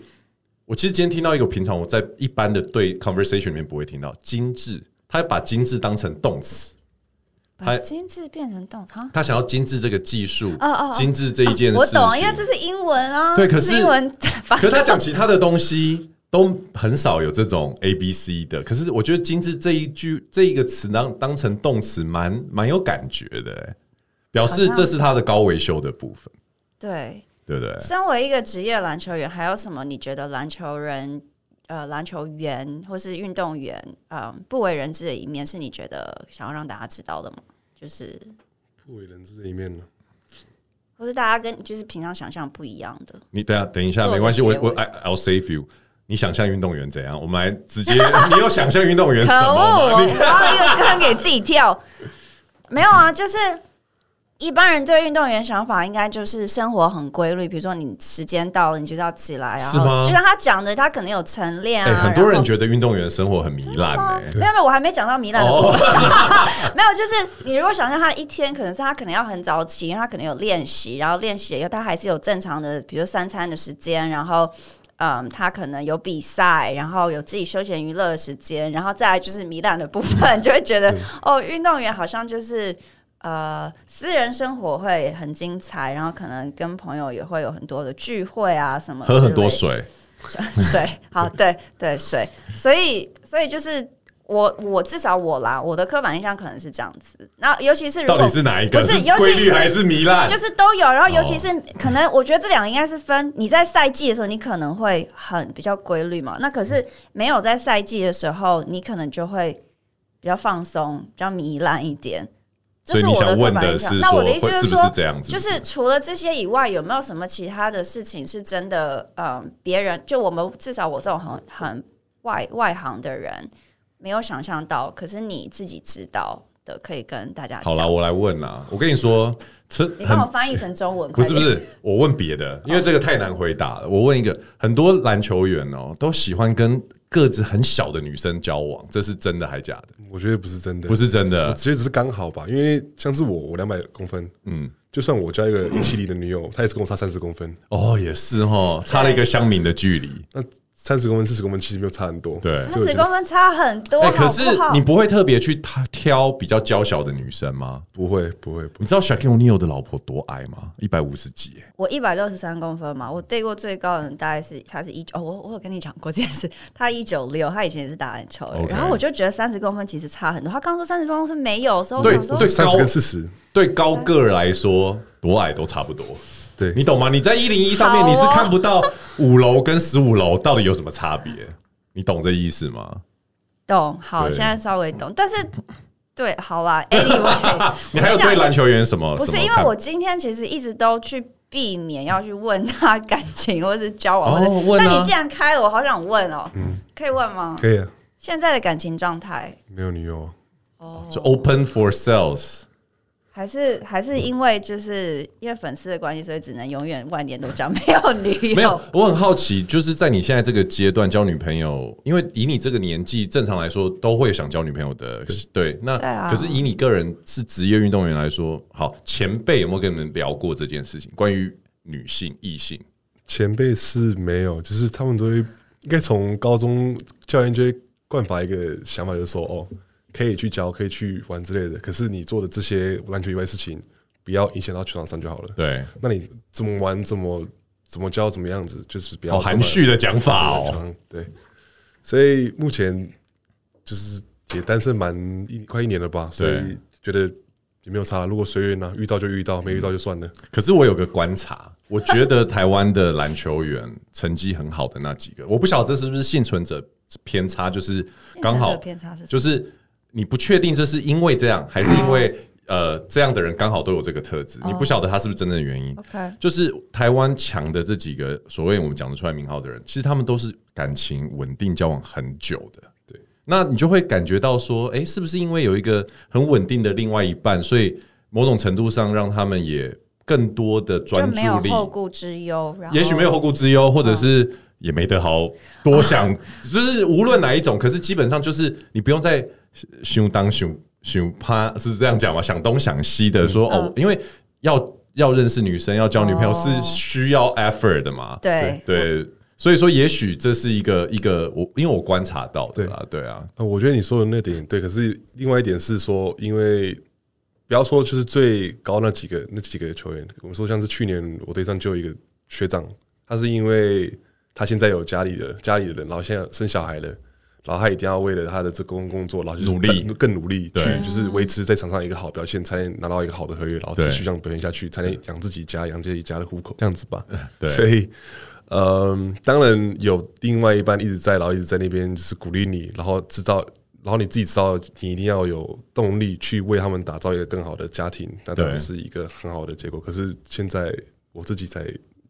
Speaker 1: 我其实今天听到一个平常我在一般的对 conversation 里面不会听到精致，他把精致当成动词，
Speaker 3: 把精致变成动哈。
Speaker 1: 他想要精致这个技术，
Speaker 3: 哦哦哦哦
Speaker 1: 精致这一件事情。
Speaker 3: 我懂，因为这是英文啊。
Speaker 1: 对可是
Speaker 3: 这英文，反
Speaker 1: 可是他讲其他的东西都很少有这种 A B C 的。可是我觉得“精致”这一句这一个词当当成动词，蛮蛮有感觉的、欸表示这是他的高维修的部分，
Speaker 3: 对。
Speaker 1: 对不对？
Speaker 3: 身为一个职业篮球员，还有什么你觉得篮球人、呃，篮球员或是运动员，嗯、不为人知的一面，是你觉得想要让大家知道的吗？就是，
Speaker 2: 不为人知的一面呢。
Speaker 3: 或是大家跟就是平常想象不一样的。
Speaker 1: 你等一下等一下，
Speaker 3: 做个
Speaker 1: 没关系，我
Speaker 3: 结尾
Speaker 1: 我 I I'll save you。你想象运动员怎样？我们来直接， 你有想象运动员什
Speaker 3: 可恶，
Speaker 1: 么
Speaker 3: 我啊
Speaker 1: 吗？
Speaker 3: 我
Speaker 1: 你
Speaker 3: 要一个坑给自己跳。没有啊，就是一般人对运动员想法应该就是生活很规律，比如说你时间到了你就是要起来，然
Speaker 1: 是吗
Speaker 3: 后就像他讲的，他可能有晨练
Speaker 1: 哎，
Speaker 3: 啊。
Speaker 1: 很多
Speaker 3: 然
Speaker 1: 人
Speaker 3: 后
Speaker 1: 觉得运动员生活很糜烂欸
Speaker 3: 吗
Speaker 1: 呢。
Speaker 3: 没有没有，我还没讲到糜烂
Speaker 1: 哦
Speaker 3: 的部分。 没有，就是你如果想象他一天，可能是他可能要很早起，因为他可能有练习，然后练习以后他还是有正常的，比如三餐的时间，然后。嗯，他可能有比赛，然后有自己休闲娱乐的时间，然后再来就是糜烂的部分，就会觉得 哦，运动员好像就是呃，私人生活会很精彩，然后可能跟朋友也会有很多的聚会啊什么，
Speaker 1: 喝很多水，
Speaker 3: 水，好，对对水，所以所以就是我我至少我啦，我的刻板印象可能是这样子。那尤其是 如
Speaker 1: 到
Speaker 3: 果
Speaker 1: 底是哦哪一个？
Speaker 3: 不是尤其
Speaker 1: 规律还是糜烂？
Speaker 3: 就是都有，然后尤其是可能，我觉得这两个应该是分。你在赛季的时候，你可能会很比较规律嘛。那可是没有在赛季的时候，你可能就会比较放松，比较糜烂一点。
Speaker 1: 所以
Speaker 3: 是
Speaker 1: 你
Speaker 3: 我的
Speaker 1: 想
Speaker 3: 刻
Speaker 1: 问
Speaker 3: 板
Speaker 1: 的
Speaker 3: 印象
Speaker 1: 是
Speaker 3: 那我
Speaker 1: 说
Speaker 3: 的意思
Speaker 1: 会
Speaker 3: 就是
Speaker 1: 不
Speaker 3: 说
Speaker 1: 是这样子？
Speaker 3: 就是除了这些以外，有没有什么其他的事情是真的？嗯，别人就我们至少我这种很很外外行的人没有想象到，可是你自己知道的，可以跟大家
Speaker 1: 好啦，
Speaker 3: 讲。
Speaker 1: 我来问啦。我跟你说，这
Speaker 3: 你
Speaker 1: 很
Speaker 3: 帮我翻译成中文，
Speaker 1: 不是不
Speaker 3: 快点，
Speaker 1: 是，我问别的，因为这个太难回答了。我问一个，很多篮球员哦，都喜欢跟个子很小的女生交往，这是真的还假的？
Speaker 2: 我觉得不是真的，
Speaker 1: 不是真的，
Speaker 2: 其实只是刚好吧，因为像是我，我两百公分，嗯，就算我交一个一七零的女友，她也是跟我差三十公分，
Speaker 1: 哦，也是哦，差了一个乡民的距离。
Speaker 2: 那三十公分、四十公分其实没有差很多，
Speaker 1: 对
Speaker 3: 三十公分差很多，
Speaker 1: 哎、
Speaker 3: 好
Speaker 1: 可是
Speaker 3: 不好
Speaker 1: 你？不会特别去他挑比较娇小的女生吗？
Speaker 2: 不会，不会，不
Speaker 1: 你
Speaker 2: 会，
Speaker 1: 知道 Shaquille O'Neal 的老婆多矮吗？一百五十几、哎
Speaker 3: 我一百六十三公分嘛，我对过最高的人大概是他是一九，哦，我我有跟你讲过这件事，他一九六，他以前也是打篮球的
Speaker 1: OK
Speaker 3: 然后我就觉得三十公分其实差很多。他刚说三十公分没有，所以我
Speaker 1: 对
Speaker 3: 想说
Speaker 1: 对
Speaker 2: 三十跟四十，
Speaker 1: 对高个儿来说，多矮都差不多。
Speaker 2: 对
Speaker 1: 你懂吗？你在一零一上面
Speaker 3: 好哦
Speaker 1: 你是看不到五楼跟十五楼到底有什么差别，你懂这意思吗？
Speaker 3: 懂，好，
Speaker 1: 对
Speaker 3: 现在稍微懂，但是 对，好啦 ，anyway，
Speaker 1: 你还有对篮球员什么？
Speaker 3: 不是
Speaker 1: 什么
Speaker 3: 因为
Speaker 1: 看
Speaker 3: 我今天其实一直都去避免要去问他感情或是交往，
Speaker 1: 哦
Speaker 3: 或者、
Speaker 1: 问啊嗯
Speaker 3: 但你既然开了，我好想问哦，可以问吗？
Speaker 2: 可以啊，
Speaker 3: 现在的感情状态
Speaker 2: 没有女友啊，
Speaker 1: 就 open for sales，
Speaker 3: 还是还是因为就是因为粉丝的关系，所以只能永远万年都讲没有女
Speaker 1: 没有
Speaker 3: 友。，
Speaker 1: 我很好奇，就是在你现在这个阶段交女朋友，因为以你这个年纪，正常来说都会想交女朋友的，对。那
Speaker 3: 对啊
Speaker 1: 可是以你个人是职业运动员来说，好，前辈有没有跟你们聊过这件事情？关于女性、异性，
Speaker 2: 前辈是没有，就是他们都会应该从高中教练就会灌发一个想法，就是说哦，可以去教，可以去玩之类的，可是你做的这些篮球以外的事情，不要影响到球场上就好了。
Speaker 1: 对，
Speaker 2: 那你怎么玩，怎么怎么教，怎么样子，就是不要
Speaker 1: 好
Speaker 2: 这么
Speaker 1: 含蓄的讲法
Speaker 2: 对
Speaker 1: 哦。
Speaker 2: 常对，所以目前就是也单身蛮一快一年了吧，所以
Speaker 1: 对
Speaker 2: 觉得也没有差。如果随缘呢，遇到就遇到，没遇到就算了。
Speaker 1: 可是我有个观察，我觉得台湾的篮球员成绩很好的那几个，我不晓得这是不是幸存者偏差，就是刚
Speaker 3: 幸存
Speaker 1: 好
Speaker 3: 者偏差是什么
Speaker 1: 就是你不确定这是因为这样，还是因
Speaker 3: 哦
Speaker 1: 为呃这样的人刚好都有这个特质，你不晓得他是不是真正的原因。
Speaker 3: OK，
Speaker 1: 就是台湾强的这几个所谓我们讲得出来名号的人，其实他们都是感情稳定交往很久的。对，那你就会感觉到说，诶，是不是因为有一个很稳定的另外一半，所以某种程度上让他们也更多的
Speaker 3: 就
Speaker 1: 专注
Speaker 3: 没有
Speaker 1: 力，
Speaker 3: 后顾之忧，然后
Speaker 1: 也许没有后顾之忧，
Speaker 3: 嗯
Speaker 1: 或者是也没得好多想， 就是无论哪一种，可是基本上就是你不用再胸当胸胸趴，是这样讲吗？想东想西的说哦，因为要要认识女生，要交女朋友
Speaker 3: 嗯
Speaker 1: 是
Speaker 3: 哦
Speaker 1: 需要 effort 的嘛，
Speaker 3: 对
Speaker 1: 对，所以说也许这是一个一个我因为我观察到的啦，对啊，
Speaker 2: 呃，我觉得你说的那点对，可是另外一点是说，因为不要说就是最高那几个那几个球员，我们说像是去年我队上就有一个学长，他是因为他现在有家里的家里的人，然后现在生小孩了，然后他一定要为了他的这工工作，然后就是
Speaker 1: 努力
Speaker 2: 更更努力去
Speaker 1: 对
Speaker 2: 就是维持在场上一个好表现，才能拿到一个好的合约，然后
Speaker 1: 对
Speaker 2: 持续这样表现下去，才能养自己家养自己家的户口这样子 吧。
Speaker 1: 对
Speaker 2: 所以。嗯，当然有另外一半一直在，然后一直在那边就是鼓励你，然后知道，然后你自己知道，你一定要有动力去为他们打造一个更好的家庭，那当然
Speaker 1: 对
Speaker 2: 是一个很好的结果。可是现在我自己才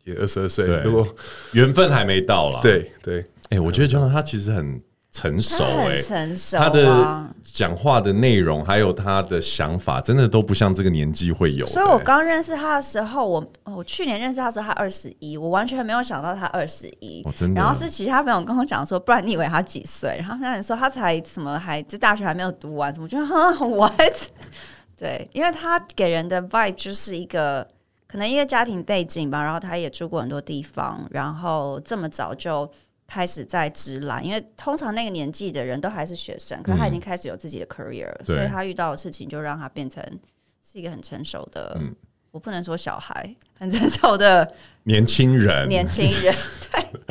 Speaker 2: 也二十二岁
Speaker 1: 对，
Speaker 2: 如果
Speaker 1: 缘分还没到啦，，
Speaker 2: 对对，
Speaker 1: 哎，我觉得 j o 他其实很成熟，
Speaker 3: 他
Speaker 1: 哎
Speaker 3: 很，成熟
Speaker 1: 他
Speaker 3: 啊
Speaker 1: 的。讲话的内容，还有他的想法，真的都不像这个年纪会有的欸。
Speaker 3: 所以我刚认识他的时候，我我去年认识他的时候他二十一，我完全没有想到他二十一
Speaker 1: 哦真。的
Speaker 3: 然后是其他朋友跟我讲说，不然你以为他几岁？然后那人说他才什么还就大学还没有读完，什么我觉得哈 what？对，因为他给人的 vibe 就是一个可能因为家庭背景吧，然后他也住过很多地方，然后这么早就。开始在直男，因为通常那个年纪的人都还是学生，可是他已经开始有自己的 career，、了，
Speaker 1: 嗯对
Speaker 3: 所以他遇到的事情就让他变成是一个很成熟的，
Speaker 1: 嗯
Speaker 3: 我不能说小孩，很成熟的
Speaker 1: 年轻人，
Speaker 3: 年轻人。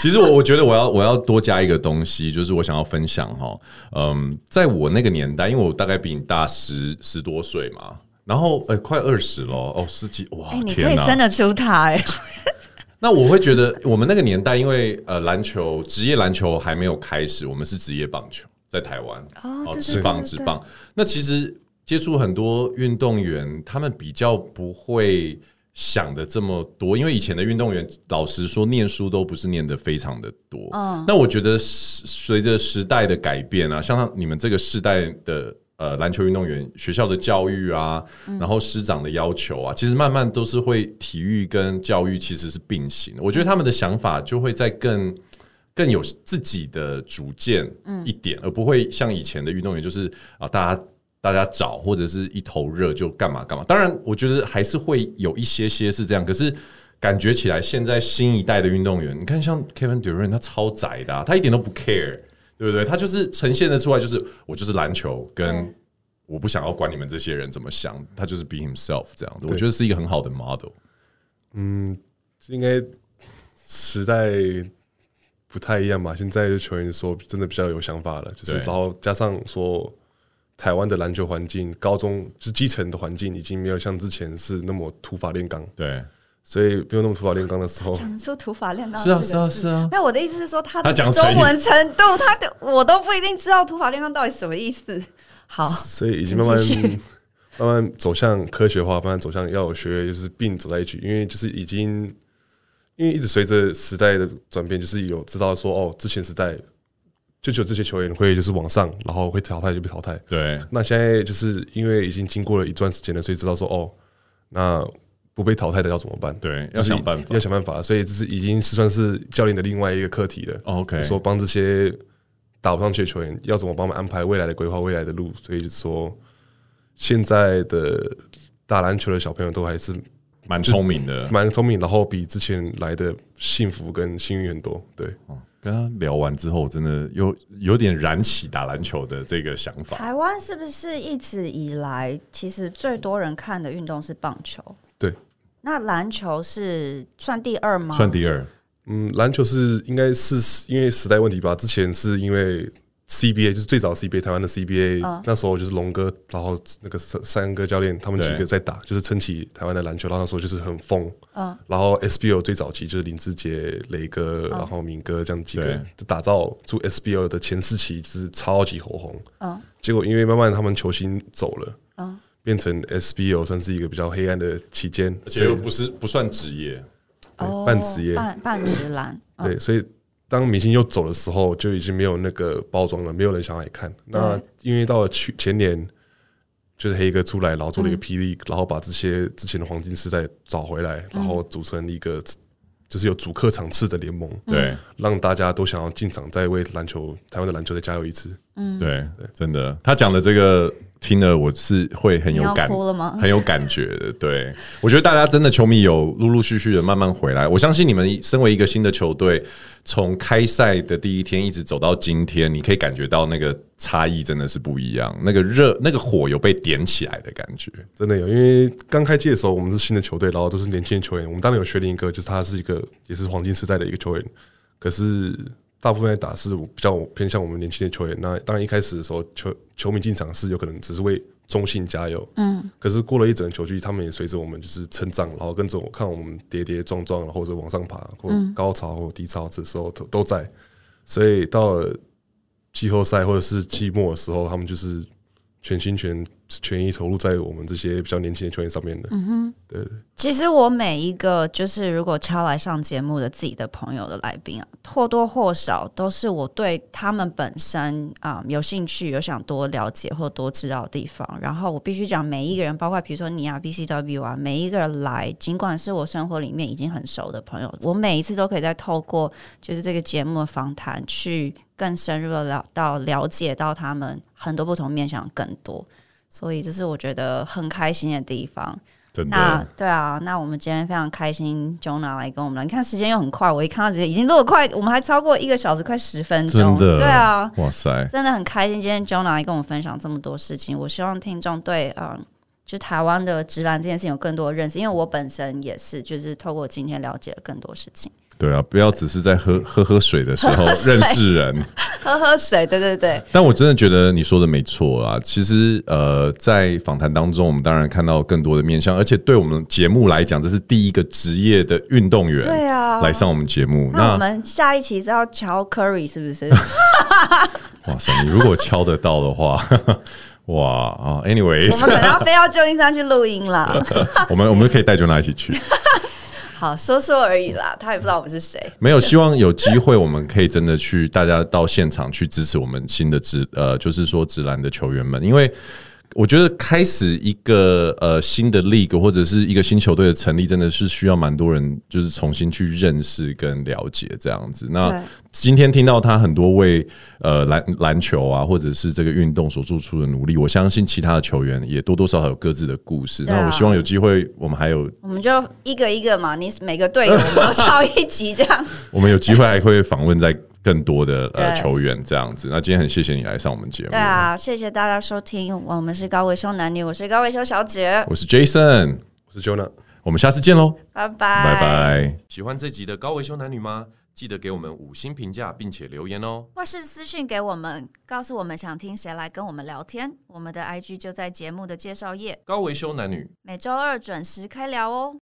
Speaker 1: 其实我我觉得我要我要多加一个东西，就是我想要分享哈，嗯，在我那个年代，因为我大概比你大十十多岁嘛，然后呃、快二十了哦，十几哇，
Speaker 3: 哎、你可
Speaker 1: 天
Speaker 3: 以
Speaker 1: 哪！
Speaker 3: 生得出他哎、
Speaker 1: 那我会觉得我们那个年代，因为呃篮球职业篮球还没有开始，我们是职业棒球在台湾
Speaker 3: 哦对对
Speaker 1: 职棒
Speaker 3: 对对
Speaker 1: 职棒。那其实接触很多运动员，他们比较不会想的这么多，因为以前的运动员，老实说，念书都不是念的非常的多。那我觉得时随着时代的改变啊，像你们这个世代的。呃，篮球运动员学校的教育啊，然后师长的要求啊，其实慢慢都是会体育跟教育其实是并行的。我觉得他们的想法就会在更更有自己的主见一点，而不会像以前的运动员就是啊，大家大家找或者是一头热就干嘛干嘛。当然，我觉得还是会有一些些是这样，可是。感觉起来，现在新一代的运动员，你看像 Kevin Durant，他超宅的、啊，他一点都不 care，对不对？他就是呈现的出来，就是我就是篮球，跟我不想要管你们这些人怎么想，他就是 be himself 这样子。我觉得是一个很好的 model。
Speaker 2: 应该时代不太一样吧？现在的球员说真的比较有想法了，就是
Speaker 1: 对
Speaker 2: 然后加上说台湾的篮球环境，高中就是基层的环境已经没有像之前是那么土法炼钢，
Speaker 1: 对，
Speaker 2: 所以没有那么土法炼钢的时 候，
Speaker 3: 讲出土法炼钢
Speaker 1: 是啊，
Speaker 3: 这个
Speaker 1: 是啊，
Speaker 3: 字
Speaker 1: 是啊。
Speaker 3: 那我的意思是说，他
Speaker 1: 他
Speaker 3: 的
Speaker 1: 讲成
Speaker 3: 中
Speaker 1: 语
Speaker 3: 文程度，他的我都不一定知道土法炼钢到底什么意思。好，
Speaker 2: 所以已经慢慢
Speaker 3: 请继续
Speaker 2: 慢慢走向科学化，慢慢走向要有学位，就是并走在一起，因为就是已经因为一直随着时代的转变，就是有知道说哦，之前时代就只有这些球员会就是往上，然后会淘汰就被淘汰。
Speaker 1: 对，
Speaker 2: 那现在就是因为已经经过了一段时间了，所以知道说哦，那不被淘汰的要怎么办？
Speaker 1: 对
Speaker 2: 就是
Speaker 1: 要想办法
Speaker 2: 要想办法。所以这是已经是算是教练的另外一个课题了。
Speaker 1: 哦 OK
Speaker 2: 说帮这些打不上去的球员要怎么帮他们安排未来的规划、未来的路。所以就是说，现在的打篮球的小朋友都还是
Speaker 1: 蛮聪明的。
Speaker 2: 蛮聪明，然后比之前来的幸福跟幸运很多。对，
Speaker 1: 跟他聊完之后，我真的有有点燃起打篮球的这个想法。
Speaker 3: 台湾是不是一直以来其实最多人看的运动是棒球？
Speaker 2: 对，
Speaker 3: 那篮球是算第二 吗？
Speaker 1: 算第二，
Speaker 2: 嗯，篮球是应该是因为时代问题吧？之前是因为 CBA 就是最早 CBA 台湾的 CBA，、那时候就是龙哥，然后那个三三哥教练他们几
Speaker 1: 对
Speaker 2: 个在打，就是撑起台湾的篮球，然后那时候就是很疯。然后 SBO 最早期就是林志杰、雷哥，然后敏哥这样几个人就打造出 SBO 的前四期，就是超级火红。结果因为慢慢他们球星走了，变成 SBO 算是一个比较黑暗的期间，
Speaker 1: 而
Speaker 2: 所
Speaker 1: 且
Speaker 2: 以
Speaker 1: 又不是不算职业。
Speaker 3: 哦
Speaker 2: 半职业
Speaker 3: 半半职篮。
Speaker 2: 对，所以当明星又走的时候，就已经没有那个包装了，没有人想来看。那因为到了去前年，就是黑哥出来，然后做了一个霹雳，然后把这些之前的黄金时代找回来，然后组成一个就是有主客场次的联盟，
Speaker 1: 对
Speaker 2: 让大家都想要进场，再为篮球台湾的篮球再加油一次。
Speaker 3: 嗯
Speaker 1: 对，真的，他讲的这个。听了我是会很有感，
Speaker 3: 你要哭了吗
Speaker 1: 很有感觉的。对，我觉得大家真的球迷有陆陆续续的慢慢回来。我相信你们身为一个新的球队，从开赛的第一天一直走到今天，你可以感觉到那个差异真的是不一样，那个热、那个火有被点起来的感觉。
Speaker 2: 真的有，因为刚开季的时候，我们是新的球队，然后都是年轻的球员。我们当然有学林一个，就是他是一个也是黄金时代的一个球员，可是大部分在打是比较偏向我们年轻的球员。那当然一开始的时候，球球迷进场是有可能只是为中信加油，嗯，可是过了一整个球季，他们也随着我们就是成长，然后跟着我看我们跌跌撞撞，然后或者往上爬，或高潮或低潮，这时候都都在。所以到了季后赛或者是季末的时候，他们就是全心全全意投入在我们这些比较年轻的球员上面的。
Speaker 3: 其实我每一个就是如果敲来上节目的自己的朋友的来宾啊，或多或少都是我对他们本身啊、有兴趣，有想多了解或多知道的地方。然后我必须讲，每一个人，包括比如说你啊、BCW 啊，每一个人来，尽管是我生活里面已经很熟的朋友，我每一次都可以再透过就是这个节目的访谈，去更深入的了到了解到他们很多不同面向更多。所以这是我觉得很开心的地方。
Speaker 1: 真
Speaker 3: 那
Speaker 1: 的，
Speaker 3: 对啊，那我们今天非常开心，Jonah 来跟我们聊。你看时间又很快，我一看到觉得已经录了快，我们还超过一个小时，快十分钟。
Speaker 1: 真的，
Speaker 3: 对啊，，
Speaker 1: 哇塞，
Speaker 3: 真的很开心，今天 Jonah 来跟我们分享这么多事情。我希望听众对嗯，就台湾的直男这件事情有更多的认识，因为我本身也是，就是透过今天了解了更多事情。
Speaker 1: 对啊，不要只是在喝喝喝水的时 候认识人。
Speaker 3: 喝喝水，对对对，
Speaker 1: 但我真的觉得你说的没错啊。其实，呃，在访谈当中，我们当然看到更多的面向，而且对我们节目来讲，这是第一个职业的运动员，
Speaker 3: 对啊
Speaker 1: 来上我们节目。
Speaker 3: 那
Speaker 1: 那
Speaker 3: 我们下一期是要 乔 Curry 是不是？
Speaker 1: 哇塞，你如果敲得到的话， 哇啊，anyways，
Speaker 3: 我 们可能要非要旧金山去录音 啦。
Speaker 1: 我们我们可以带 j o n 一起去。
Speaker 3: 好，说说而已啦，他也不知道我们是谁。
Speaker 1: 没有，希望有机会我们可以真的去，大家到现场去支持我们新的职呃，就是说职篮的球员们，因为。我觉得开始一个呃新的 league 或者是一个新球队的成立，真的是需要蛮多人就是重新去认识跟了解这样子。那今天听到他很多为呃篮篮球啊，或者是这个运动所做出的努力，我相信其他的球员也多多少少有各自的故事。
Speaker 3: 对啊
Speaker 1: 那我希望有机会，我们还有
Speaker 3: 我们就一个一个嘛，你每个队友我们都抄一集这样。
Speaker 1: 我们有机会还会访问在更多的呃
Speaker 3: 对
Speaker 1: 球员这样子。那今天很谢谢你来上我们节目
Speaker 3: 对，啊，谢谢大家收听，我们是高维修男女，我是高维修小姐，
Speaker 1: 我是 Jason，
Speaker 2: 我是 Jonah。
Speaker 1: 我们下次见喽，
Speaker 3: 拜拜，
Speaker 1: 拜拜。
Speaker 7: 喜欢这集的高维修男女吗？记得给我们五星评价，并且留言哦。
Speaker 5: 或是私讯给我们，告诉我们想听谁来跟我们聊天。我们的 IG 就在节目的介绍页，
Speaker 7: 高维修男女
Speaker 5: 每周二准时开聊哦。